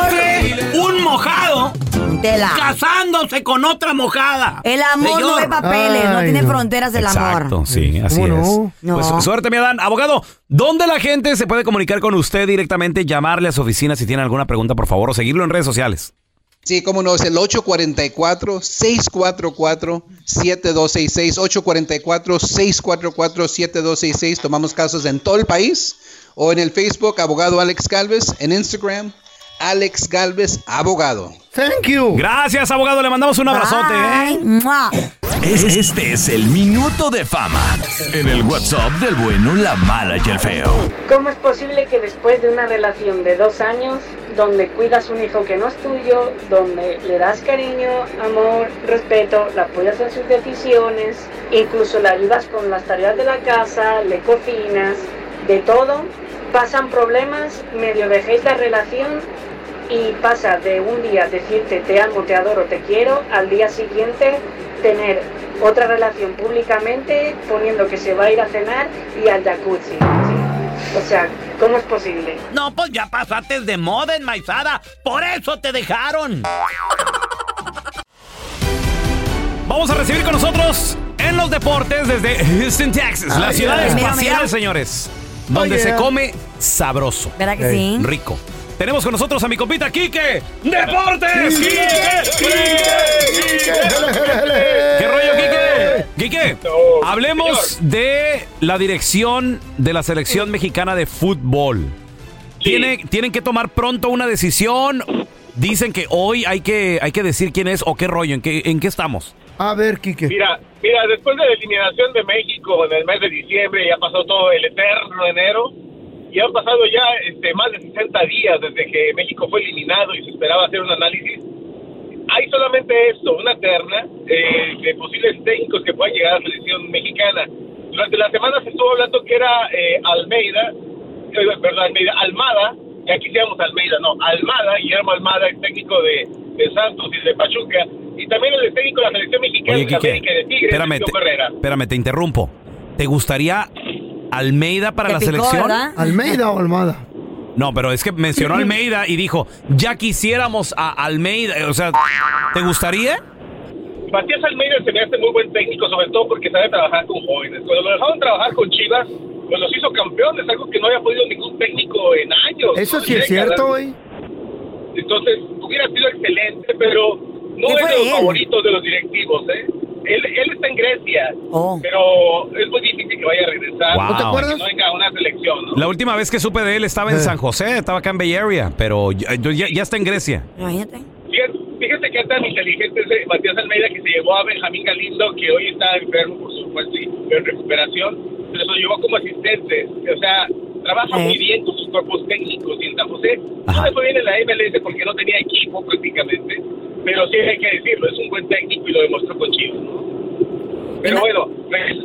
Speaker 1: Un mojado
Speaker 6: Tela.
Speaker 1: casándose con otra mojada.
Speaker 6: El amor no
Speaker 1: Señor.
Speaker 6: ve papeles, no tiene fronteras del amor.
Speaker 1: Exacto, sí, así es.
Speaker 6: No.
Speaker 1: Pues, suerte, mi Adán. Abogado, ¿dónde la gente se puede comunicar con usted directamente, llamarle a su oficina si tiene alguna pregunta, por favor, o seguirlo en redes sociales?
Speaker 23: Sí, cómo no, es el 844-644-7266. 844-644-7266. Tomamos casos en todo el país o en el Facebook, abogado Alex Galvez, en Instagram, Alex Galvez, abogado.
Speaker 1: Thank you. Gracias, abogado. Le mandamos un abrazote. ¿eh?
Speaker 2: Es- Este es el Minuto de Fama en el WhatsApp del bueno, la mala y el feo.
Speaker 12: ¿Cómo es posible que después de una relación de dos años, donde cuidas un hijo que no es tuyo, donde le das cariño, amor, respeto, le apoyas en sus decisiones, incluso le ayudas con las tareas de la casa, le cocinas, de todo, pasan problemas, medio dejéis la relación y pasa de un día decirte te amo, te adoro, te quiero, al día siguiente tener otra relación públicamente poniendo que se va a ir a cenar y al jacuzzi. O sea, ¿cómo es posible?
Speaker 20: No, pues ya pasaste de moda enmaizada. Por eso te dejaron.
Speaker 1: Vamos a recibir con nosotros en los deportes desde Houston, Texas,
Speaker 20: Ah,
Speaker 1: la ciudad
Speaker 20: yeah.
Speaker 1: espacial,
Speaker 20: Mira, mira.
Speaker 1: señores,
Speaker 20: Oh,
Speaker 1: donde
Speaker 20: yeah.
Speaker 1: se come sabroso.
Speaker 20: ¿Verdad que sí?
Speaker 1: Rico. Tenemos con nosotros a mi compita Quique. ¡Deportes!
Speaker 20: Quique,
Speaker 1: Quique, Quique. ¿Qué rollo, Quique? Quique, hablemos de la dirección de la selección mexicana de fútbol. Tiene- tienen que tomar pronto una decisión. Dicen que hoy hay que, hay que decir quién es o qué rollo, en qué, en qué estamos.
Speaker 5: A ver, Quique.
Speaker 9: Mira, mira, después de la eliminación de México en el mes de diciembre, ya pasó todo el eterno enero, y han pasado ya este, más de 60 días desde que México fue eliminado y se esperaba hacer un análisis. Hay solamente esto, una terna eh, de posibles técnicos que puedan llegar a la selección mexicana. Durante la semana se estuvo hablando que era eh, Almeida, eh, perdón, Almeida, Almada, ya quisiéramos Almeida, no, Almada, Guillermo Almada, el técnico de, de Santos y de Pachuca, y también el técnico de la selección mexicana
Speaker 1: Oye,
Speaker 9: de
Speaker 1: Quique,
Speaker 9: América y de Tigres,
Speaker 1: espérame,
Speaker 9: Sergio
Speaker 1: te,
Speaker 9: Herrera.
Speaker 1: espérame, te interrumpo. ¿Te gustaría Almeida para
Speaker 5: Te
Speaker 1: la
Speaker 5: picó,
Speaker 1: selección?
Speaker 5: ¿verdad? ¿Almeida o Almada?
Speaker 1: No, pero es que mencionó a Almeida y dijo, ya quisiéramos a Almeida. O sea, ¿te gustaría?
Speaker 9: Matías Almeida se me hace muy buen técnico, sobre todo porque sabe trabajar con jóvenes. Cuando lo dejaron trabajar con Chivas, pues los hizo campeones, algo que no había podido ningún técnico en años.
Speaker 5: Eso
Speaker 9: ¿no?
Speaker 5: sí es
Speaker 9: Décadas.
Speaker 5: cierto, eh. güey.
Speaker 9: Entonces, hubiera sido excelente, pero no es de los favoritos de los directivos, ¿eh? Él, él está en Grecia, pero es muy difícil que vaya a regresar.
Speaker 1: Wow. ¿No Oh. te acuerdas?
Speaker 9: Que no venga a una selección, ¿no?
Speaker 1: La última vez que supe de él estaba
Speaker 5: Eh.
Speaker 1: en San José, estaba acá en Bay Area, pero ya, ya- ya está en Grecia.
Speaker 9: Fíjate, fíjate que es tan inteligente ese Matías Almeida que se llevó a Benjamín Galindo, que hoy está enfermo, por supuesto, y en recuperación, pero se lo llevó como asistente. O sea, trabaja muy bien con sus cuerpos técnicos. Y en San José no le fue bien en la MLS porque no tenía equipo prácticamente, pero sí hay que decirlo, es un buen técnico y lo demostró con Chivas. ¿no? Pero bueno, pues,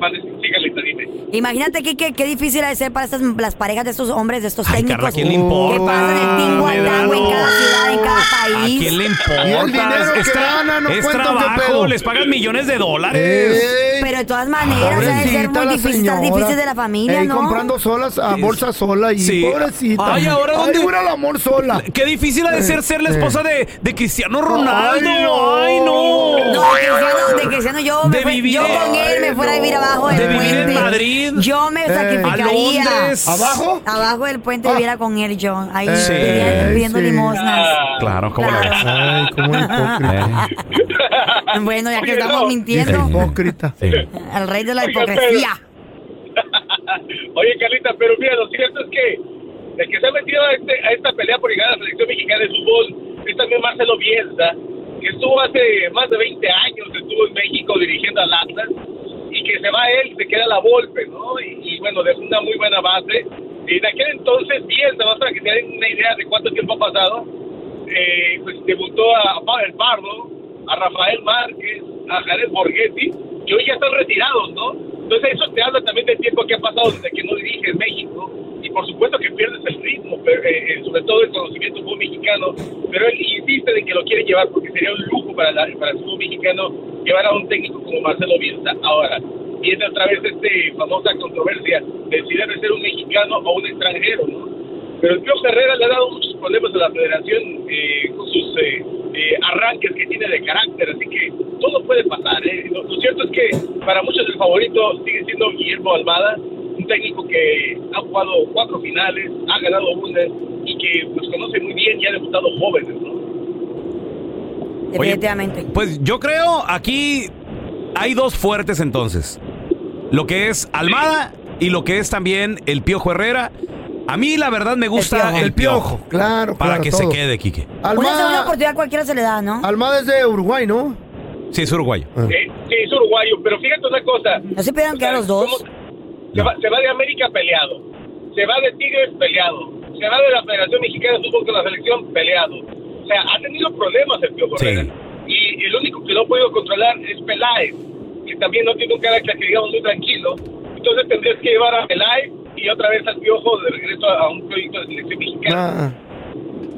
Speaker 9: mande, sígale, dime.
Speaker 6: Imagínate, Quique, qué difícil ha de ser para estas, las parejas de estos hombres, de estos técnicos.
Speaker 1: Carla, ¿a quién le
Speaker 6: que
Speaker 1: importa?
Speaker 6: pasan el tingo al tango en cada ciudad, en cada
Speaker 1: ¿A
Speaker 6: país.
Speaker 1: quién le importa?
Speaker 6: Y el dinero
Speaker 1: es
Speaker 6: que
Speaker 1: tra-
Speaker 6: gana, no
Speaker 1: es
Speaker 6: cuenta, ¿qué
Speaker 1: trabajo,
Speaker 6: pedo?
Speaker 1: les pagan millones de dólares.
Speaker 6: Pero de todas maneras, ha de ser
Speaker 5: Pobrecita
Speaker 6: muy
Speaker 5: la
Speaker 6: difícil, estar
Speaker 5: señora.
Speaker 6: difícil de la familia,
Speaker 5: Ey,
Speaker 6: ¿no?
Speaker 5: comprando solas, a
Speaker 1: Sí.
Speaker 5: bolsa sola y
Speaker 1: Sí.
Speaker 5: pobrecita.
Speaker 1: Ay, ahora
Speaker 5: Ay,
Speaker 1: dónde-
Speaker 5: pura el amor sola.
Speaker 1: Qué difícil ha de ser ser la esposa de, de Cristiano Ronaldo. Ay, no.
Speaker 6: No, de Cristiano, de Cristiano yo, me fue- yo con él me fuera a vivir abajo del
Speaker 1: de
Speaker 6: puente.
Speaker 1: vivir en Madrid.
Speaker 6: Yo me
Speaker 1: Eh.
Speaker 6: sacrificaría.
Speaker 1: A Londres. ¿Abajo?
Speaker 6: Abajo del
Speaker 5: Ah.
Speaker 6: puente viviera con él yo. Ahí
Speaker 1: Sí,
Speaker 6: pidiendo- pidiendo
Speaker 1: sí.
Speaker 6: limosnas.
Speaker 15: Ah.
Speaker 1: Claro, ¿cómo la ves? Ay,
Speaker 5: cómo
Speaker 1: Ah.
Speaker 5: hipócrita.
Speaker 6: Bueno, ya que estamos mintiendo.
Speaker 5: Hipócrita.
Speaker 6: Al rey de la
Speaker 9: Oiga,
Speaker 6: hipocresía.
Speaker 9: Oye, Carlita, pero mira, lo cierto es que el que se ha metido a, este- a esta pelea por llegar a la selección mexicana de fútbol es también Marcelo Bielsa, que estuvo hace más de 20 años, estuvo en México dirigiendo al Atlas, y que se va él, se queda la golpe, ¿no? Y, y bueno, dejó una muy buena base. Y en aquel entonces, Bielsa, más para que se den una idea de cuánto tiempo ha pasado, eh, pues debutó a Pavel Pardo, a Rafael Márquez, a Jared Borghetti, y hoy ya están retirados, ¿no? Entonces eso te habla también del tiempo que ha pasado desde que no diriges México y por supuesto que pierdes el ritmo, pero, eh, eh, sobre todo el conocimiento del fútbol mexicano, pero él insiste de que lo quiere llevar porque sería un lujo para, la- para el fútbol mexicano llevar a un técnico como Marcelo Bielsa. Ahora, viene otra vez esta famosa controversia de si debe ser un mexicano o un extranjero, ¿no? Pero el Pío Herrera le ha dado muchos problemas a la federación eh, con sus eh, eh, arranques que tiene de carácter, así que todo puede pasar. ¿eh? Lo, lo cierto es que para muchos el favorito sigue siendo Guillermo Almada, un técnico que ha jugado cuatro finales, ha ganado una y que los conoce muy bien y ha debutado jóvenes. ¿no?
Speaker 6: Definitivamente.
Speaker 1: Pues yo creo aquí hay dos fuertes entonces. Lo que es Almada y lo que es también el Piojo Herrera. A mí la verdad me gusta el Piojo.
Speaker 5: Claro,
Speaker 1: Para
Speaker 5: claro,
Speaker 1: que
Speaker 5: todo.
Speaker 1: se quede, Quique.
Speaker 6: Una segunda oportunidad cualquiera se le da, ¿no?
Speaker 5: Almada es de Uruguay, ¿no?
Speaker 1: Sí, es uruguayo.
Speaker 9: Eh, sí, es uruguayo, pero fíjate una cosa.
Speaker 6: No se pidieron
Speaker 9: que a los dos. Se va, se va de América peleado, se va de Tigres peleado, se va de la Federación Mexicana de Fútbol con la selección peleado. O sea, ha tenido problemas el Piojo Herrera. Y el único que no ha podido controlar es Peláez, que también no tiene un carácter que digamos muy tranquilo. Entonces tendrías que llevar a Peláez y otra vez al Piojo de regreso a un proyecto de selección mexicana.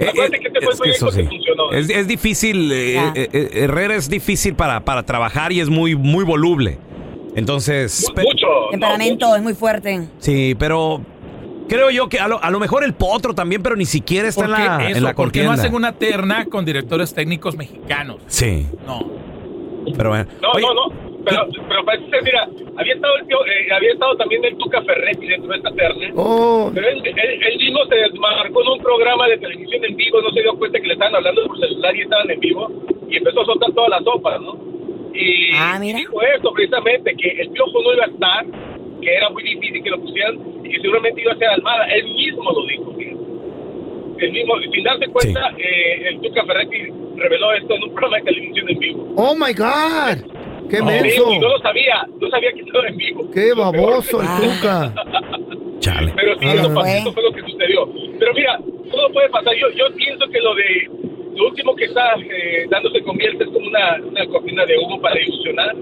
Speaker 9: Acuérdate que este fue
Speaker 1: Ah,
Speaker 9: el
Speaker 1: eh, Es que eso
Speaker 9: proyecto
Speaker 1: sí.
Speaker 9: que funcionó.
Speaker 1: Es, es difícil, eh,
Speaker 9: Ya.
Speaker 1: eh, eh, Herrera es difícil para, para trabajar y es muy, muy voluble. Entonces... pe-
Speaker 6: Temperamento es muy fuerte.
Speaker 1: Sí, pero creo yo que a lo, a lo mejor el Potro también, pero ni siquiera está en
Speaker 15: ¿Por qué
Speaker 1: la,
Speaker 15: eso?
Speaker 1: en la
Speaker 15: ¿Por qué no
Speaker 1: contienda.
Speaker 15: hacen una terna con directores técnicos mexicanos?
Speaker 1: Sí.
Speaker 15: No.
Speaker 1: Pero bueno.
Speaker 9: No, no, no. Pero, pero parece ser, mira, había estado, el tío- eh, había estado también el Tuca Ferretti dentro de esta terna. Pero él, él- él mismo se desmarcó en un programa de televisión en vivo, no se dio cuenta que le estaban hablando por celular y estaban en vivo. Y empezó a soltar toda la sopa, ¿no? Y dijo esto precisamente, que el piojo no iba a estar, que era muy difícil que lo pusieran y que seguramente iba a ser Almada. Él mismo lo dijo. fíjate. Él mismo, sin darse cuenta, eh, el Tuca Ferretti reveló esto en un programa de televisión en vivo.
Speaker 5: ¡Oh, my God! ¡Qué
Speaker 9: No,
Speaker 5: menso!
Speaker 9: sí, no lo sabía, no sabía que estaba en vivo.
Speaker 5: ¡Qué
Speaker 9: Lo peor
Speaker 5: baboso
Speaker 9: que-
Speaker 6: Ah.
Speaker 5: el Tuca!
Speaker 9: Pero sí,
Speaker 5: Ah,
Speaker 9: eso,
Speaker 5: bueno.
Speaker 9: pasó, eso fue lo que sucedió. Pero mira, todo puede pasar. Yo, yo pienso que lo de lo último que está eh, dándose convierte es como una, una cortina de humo para ilusionar.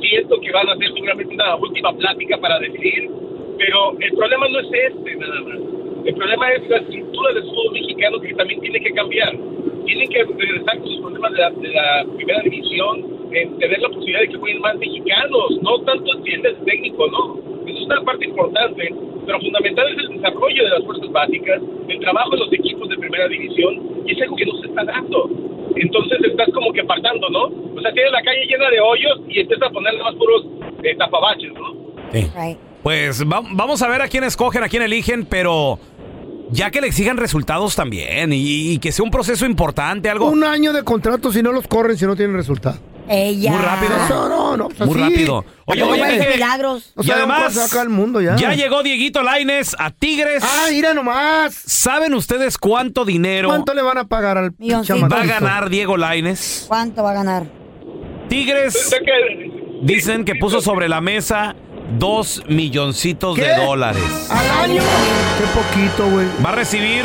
Speaker 9: Siento que van a hacer seguramente una última plática para decidir, pero el problema no es este nada más. El problema es la estructura del fútbol mexicano que también tiene que cambiar. Tienen que regresar con los problemas de la, de la primera división, en tener la posibilidad de que jueguen más mexicanos, no tanto entiendes técnico, ¿no? Esa es una parte importante, pero fundamental es el desarrollo de las fuerzas básicas, el trabajo de los equipos de primera división, y es algo que no se está dando. Entonces estás como que apartando, ¿no? O sea, tienes la calle llena de hoyos y empiezas a ponerle más puros eh, tapabaches, ¿no?
Speaker 1: Pues va- vamos a ver a quién escogen, a quién eligen, pero ya que le exijan resultados también y, y que sea un proceso importante, algo
Speaker 5: Un año de contrato si no los corren, si no tienen resultado.
Speaker 6: Ella.
Speaker 1: muy rápido.
Speaker 5: Eso no, no, pues
Speaker 1: Muy
Speaker 5: así.
Speaker 1: rápido. Oye,
Speaker 5: No
Speaker 1: oye,
Speaker 5: puede
Speaker 1: Quique,
Speaker 5: ser milagros. No
Speaker 1: y
Speaker 5: sabemos
Speaker 1: además,
Speaker 5: cuál se va a acabar el mundo ya.
Speaker 1: llegó Dieguito Laines a Tigres.
Speaker 5: Ah, mira nomás.
Speaker 1: ¿Saben ustedes cuánto dinero
Speaker 5: ¿Cuánto le van a pagar al chamaco?
Speaker 1: va a ganar Diego Laines?
Speaker 6: ¿Cuánto va a ganar?
Speaker 1: Tigres dicen que puso sobre la mesa dos milloncitos de dólares.
Speaker 5: ¿Al año? Ah, Qué poquito, güey.
Speaker 1: Va a recibir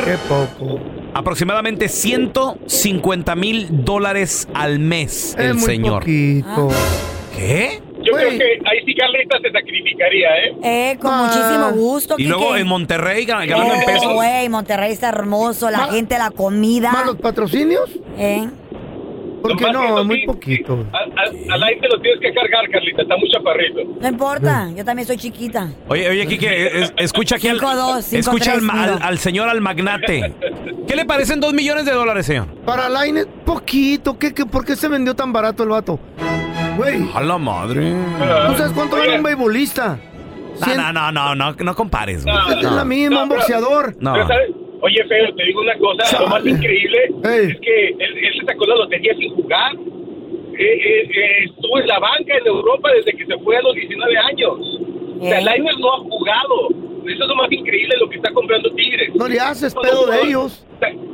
Speaker 1: aproximadamente 150 mil dólares al mes
Speaker 5: Es
Speaker 1: el
Speaker 5: muy
Speaker 1: señor.
Speaker 5: poquito.
Speaker 1: ¿Qué?
Speaker 9: Yo creo que ahí sí Carlita se sacrificaría, ¿eh?
Speaker 6: Eh, con
Speaker 5: Ah.
Speaker 6: muchísimo gusto.
Speaker 1: Y
Speaker 6: Quique.
Speaker 1: luego en Monterrey gan- ganando en
Speaker 6: Oh,
Speaker 1: pesos.
Speaker 6: güey, Monterrey está hermoso, la gente, la comida. ¿Más los
Speaker 5: patrocinios?
Speaker 6: ¿Eh?
Speaker 5: Porque no, es muy poquito. güey.
Speaker 9: Al, al, al aire te lo tienes que cargar, Carlita, está muy chaparrito.
Speaker 6: No importa,
Speaker 5: Eh.
Speaker 6: yo también soy chiquita.
Speaker 1: Oye, oye, Kike, eh, escucha aquí al,
Speaker 6: Cinco, dos, cinco,
Speaker 1: escucha al,
Speaker 6: tres,
Speaker 1: ma- al-
Speaker 6: miro.
Speaker 1: al señor, al magnate. ¿Qué le parecen dos millones de dólares, señor?
Speaker 5: Para Lainez, poquito. ¿Qué, qué, ¿Por qué se vendió tan barato el vato? Güey,
Speaker 1: A la madre.
Speaker 5: ¿tú sabes cuánto gana un beisbolista?
Speaker 1: No, no, no, no, no, no compares. güey.
Speaker 5: Es la misma, un
Speaker 9: pero-
Speaker 5: boxeador.
Speaker 1: No.
Speaker 9: Pero, ¿sabes? Oye, feo, te digo una cosa, lo más increíble es que él, él se sacó la lotería sin jugar. Eh, eh, eh, estuvo en la banca en Europa desde que se fue a los 19 años. O sea,
Speaker 5: Eh.
Speaker 9: Lainez no ha jugado. Eso es lo más increíble lo que está comprando Tigres.
Speaker 5: No le haces
Speaker 9: Pues,
Speaker 5: pedo de ellos.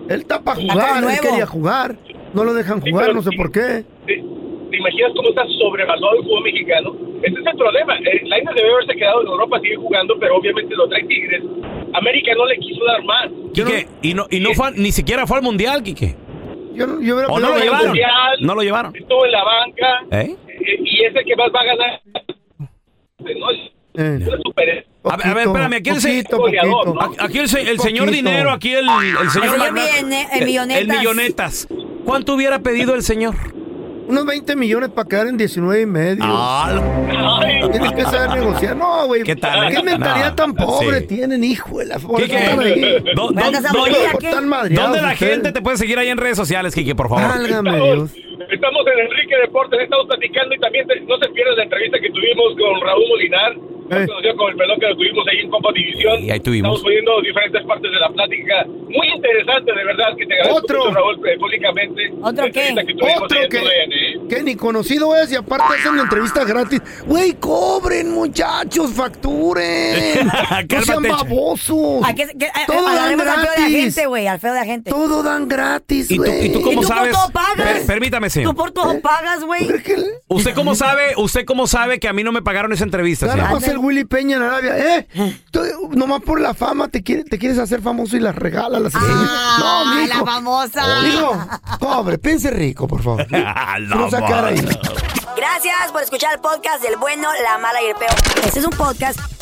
Speaker 5: Él está para jugar, él quería jugar. No lo dejan jugar, no sé por qué.
Speaker 9: ¿Te imaginas cómo está sobrevaluado el fútbol mexicano? Ese es el problema. Eh, Lainez debe haberse quedado en Europa, sigue jugando, pero obviamente lo trae Tigres. América no le quiso dar más.
Speaker 1: Quique, y no, y no fue, ni siquiera fue al mundial, Quique.
Speaker 5: Yo, yo
Speaker 1: ¿O no lo
Speaker 9: Mundial,
Speaker 1: llevaron? No lo llevaron.
Speaker 9: Estuvo en la banca
Speaker 1: ¿Eh?
Speaker 9: eh, y es el que más va a ganar este, ¿no?
Speaker 5: Eh.
Speaker 9: Yo superé.
Speaker 1: A ver, a ver, espérame, aquí el, se-
Speaker 9: Poquito, poquito.
Speaker 1: a- aquí el, se- el señor
Speaker 9: Poquito.
Speaker 1: dinero, aquí el, el señor...
Speaker 5: El señor
Speaker 1: Barnaco,
Speaker 5: millone- el millonetas.
Speaker 1: el millonetas. ¿Cuánto hubiera pedido el señor?
Speaker 5: Unos 20 millones para quedar en 19 y medio. Tienes que saber negociar. No, güey.
Speaker 1: Ah, ¿Qué tal, eh?
Speaker 5: ¿Qué mentalidad
Speaker 1: No,
Speaker 5: tan pobre
Speaker 1: sí.
Speaker 5: tienen, hijo de la por
Speaker 1: Quique,
Speaker 5: están ahí.
Speaker 1: ¿dó-
Speaker 5: Por
Speaker 1: dó-
Speaker 5: están
Speaker 1: dónde-
Speaker 5: madreados
Speaker 1: ¿Dónde la
Speaker 5: ustedes.
Speaker 1: gente te puede seguir ahí en redes sociales, Kike, por favor?
Speaker 5: Válgame Dios.
Speaker 9: Estamos en Enrique Deportes, estamos platicando y también te- no se pierda la entrevista que tuvimos con Raúl Molinar, más conocido como el pelón que lo tuvimos ahí en Copa División.
Speaker 1: Y ahí tuvimos.
Speaker 9: Estamos poniendo diferentes partes de la plática. Muy interesante, de verdad, que te agradezco
Speaker 5: Otro.
Speaker 9: mucho, Raúl, eh, públicamente. ¿Otro qué?
Speaker 5: Otro que, que ni conocido es y aparte hacen entrevistas gratis. Güey, cobren, muchachos, facturen. no sean
Speaker 6: Cálmate.
Speaker 5: babosos.
Speaker 6: ¿A qué- qué- a-
Speaker 5: Todo
Speaker 6: eh,
Speaker 5: dan
Speaker 6: agarremos al feo de la
Speaker 5: gratis.
Speaker 6: gente, güey, al feo de la gente.
Speaker 5: Todo dan gratis,
Speaker 1: ¿Y tú,
Speaker 5: güey. Eh.
Speaker 1: ¿Y tú cómo
Speaker 6: ¿Y tú por
Speaker 1: sabes?
Speaker 6: todo pagas?
Speaker 1: Per- permítame, señor.
Speaker 6: Tú por todo pagas, güey.
Speaker 1: ¿Usted cómo sabe? ¿Usted cómo sabe que a mí no me pagaron esa entrevista,
Speaker 5: Nada
Speaker 1: señor?
Speaker 5: más el Willy Peña en Arabia. Eh,
Speaker 6: Ah.
Speaker 5: tú, nomás por la fama te, quiere- te quieres hacer famoso y las regalas. Las
Speaker 6: Ah,
Speaker 5: no, mijo.
Speaker 6: la famosa.
Speaker 5: Hijo, pobre, piense rico, por favor.
Speaker 6: Ah,
Speaker 5: Se lo sacar ahí.
Speaker 6: Gracias por escuchar el podcast del bueno, la mala y el peor. Este es un podcast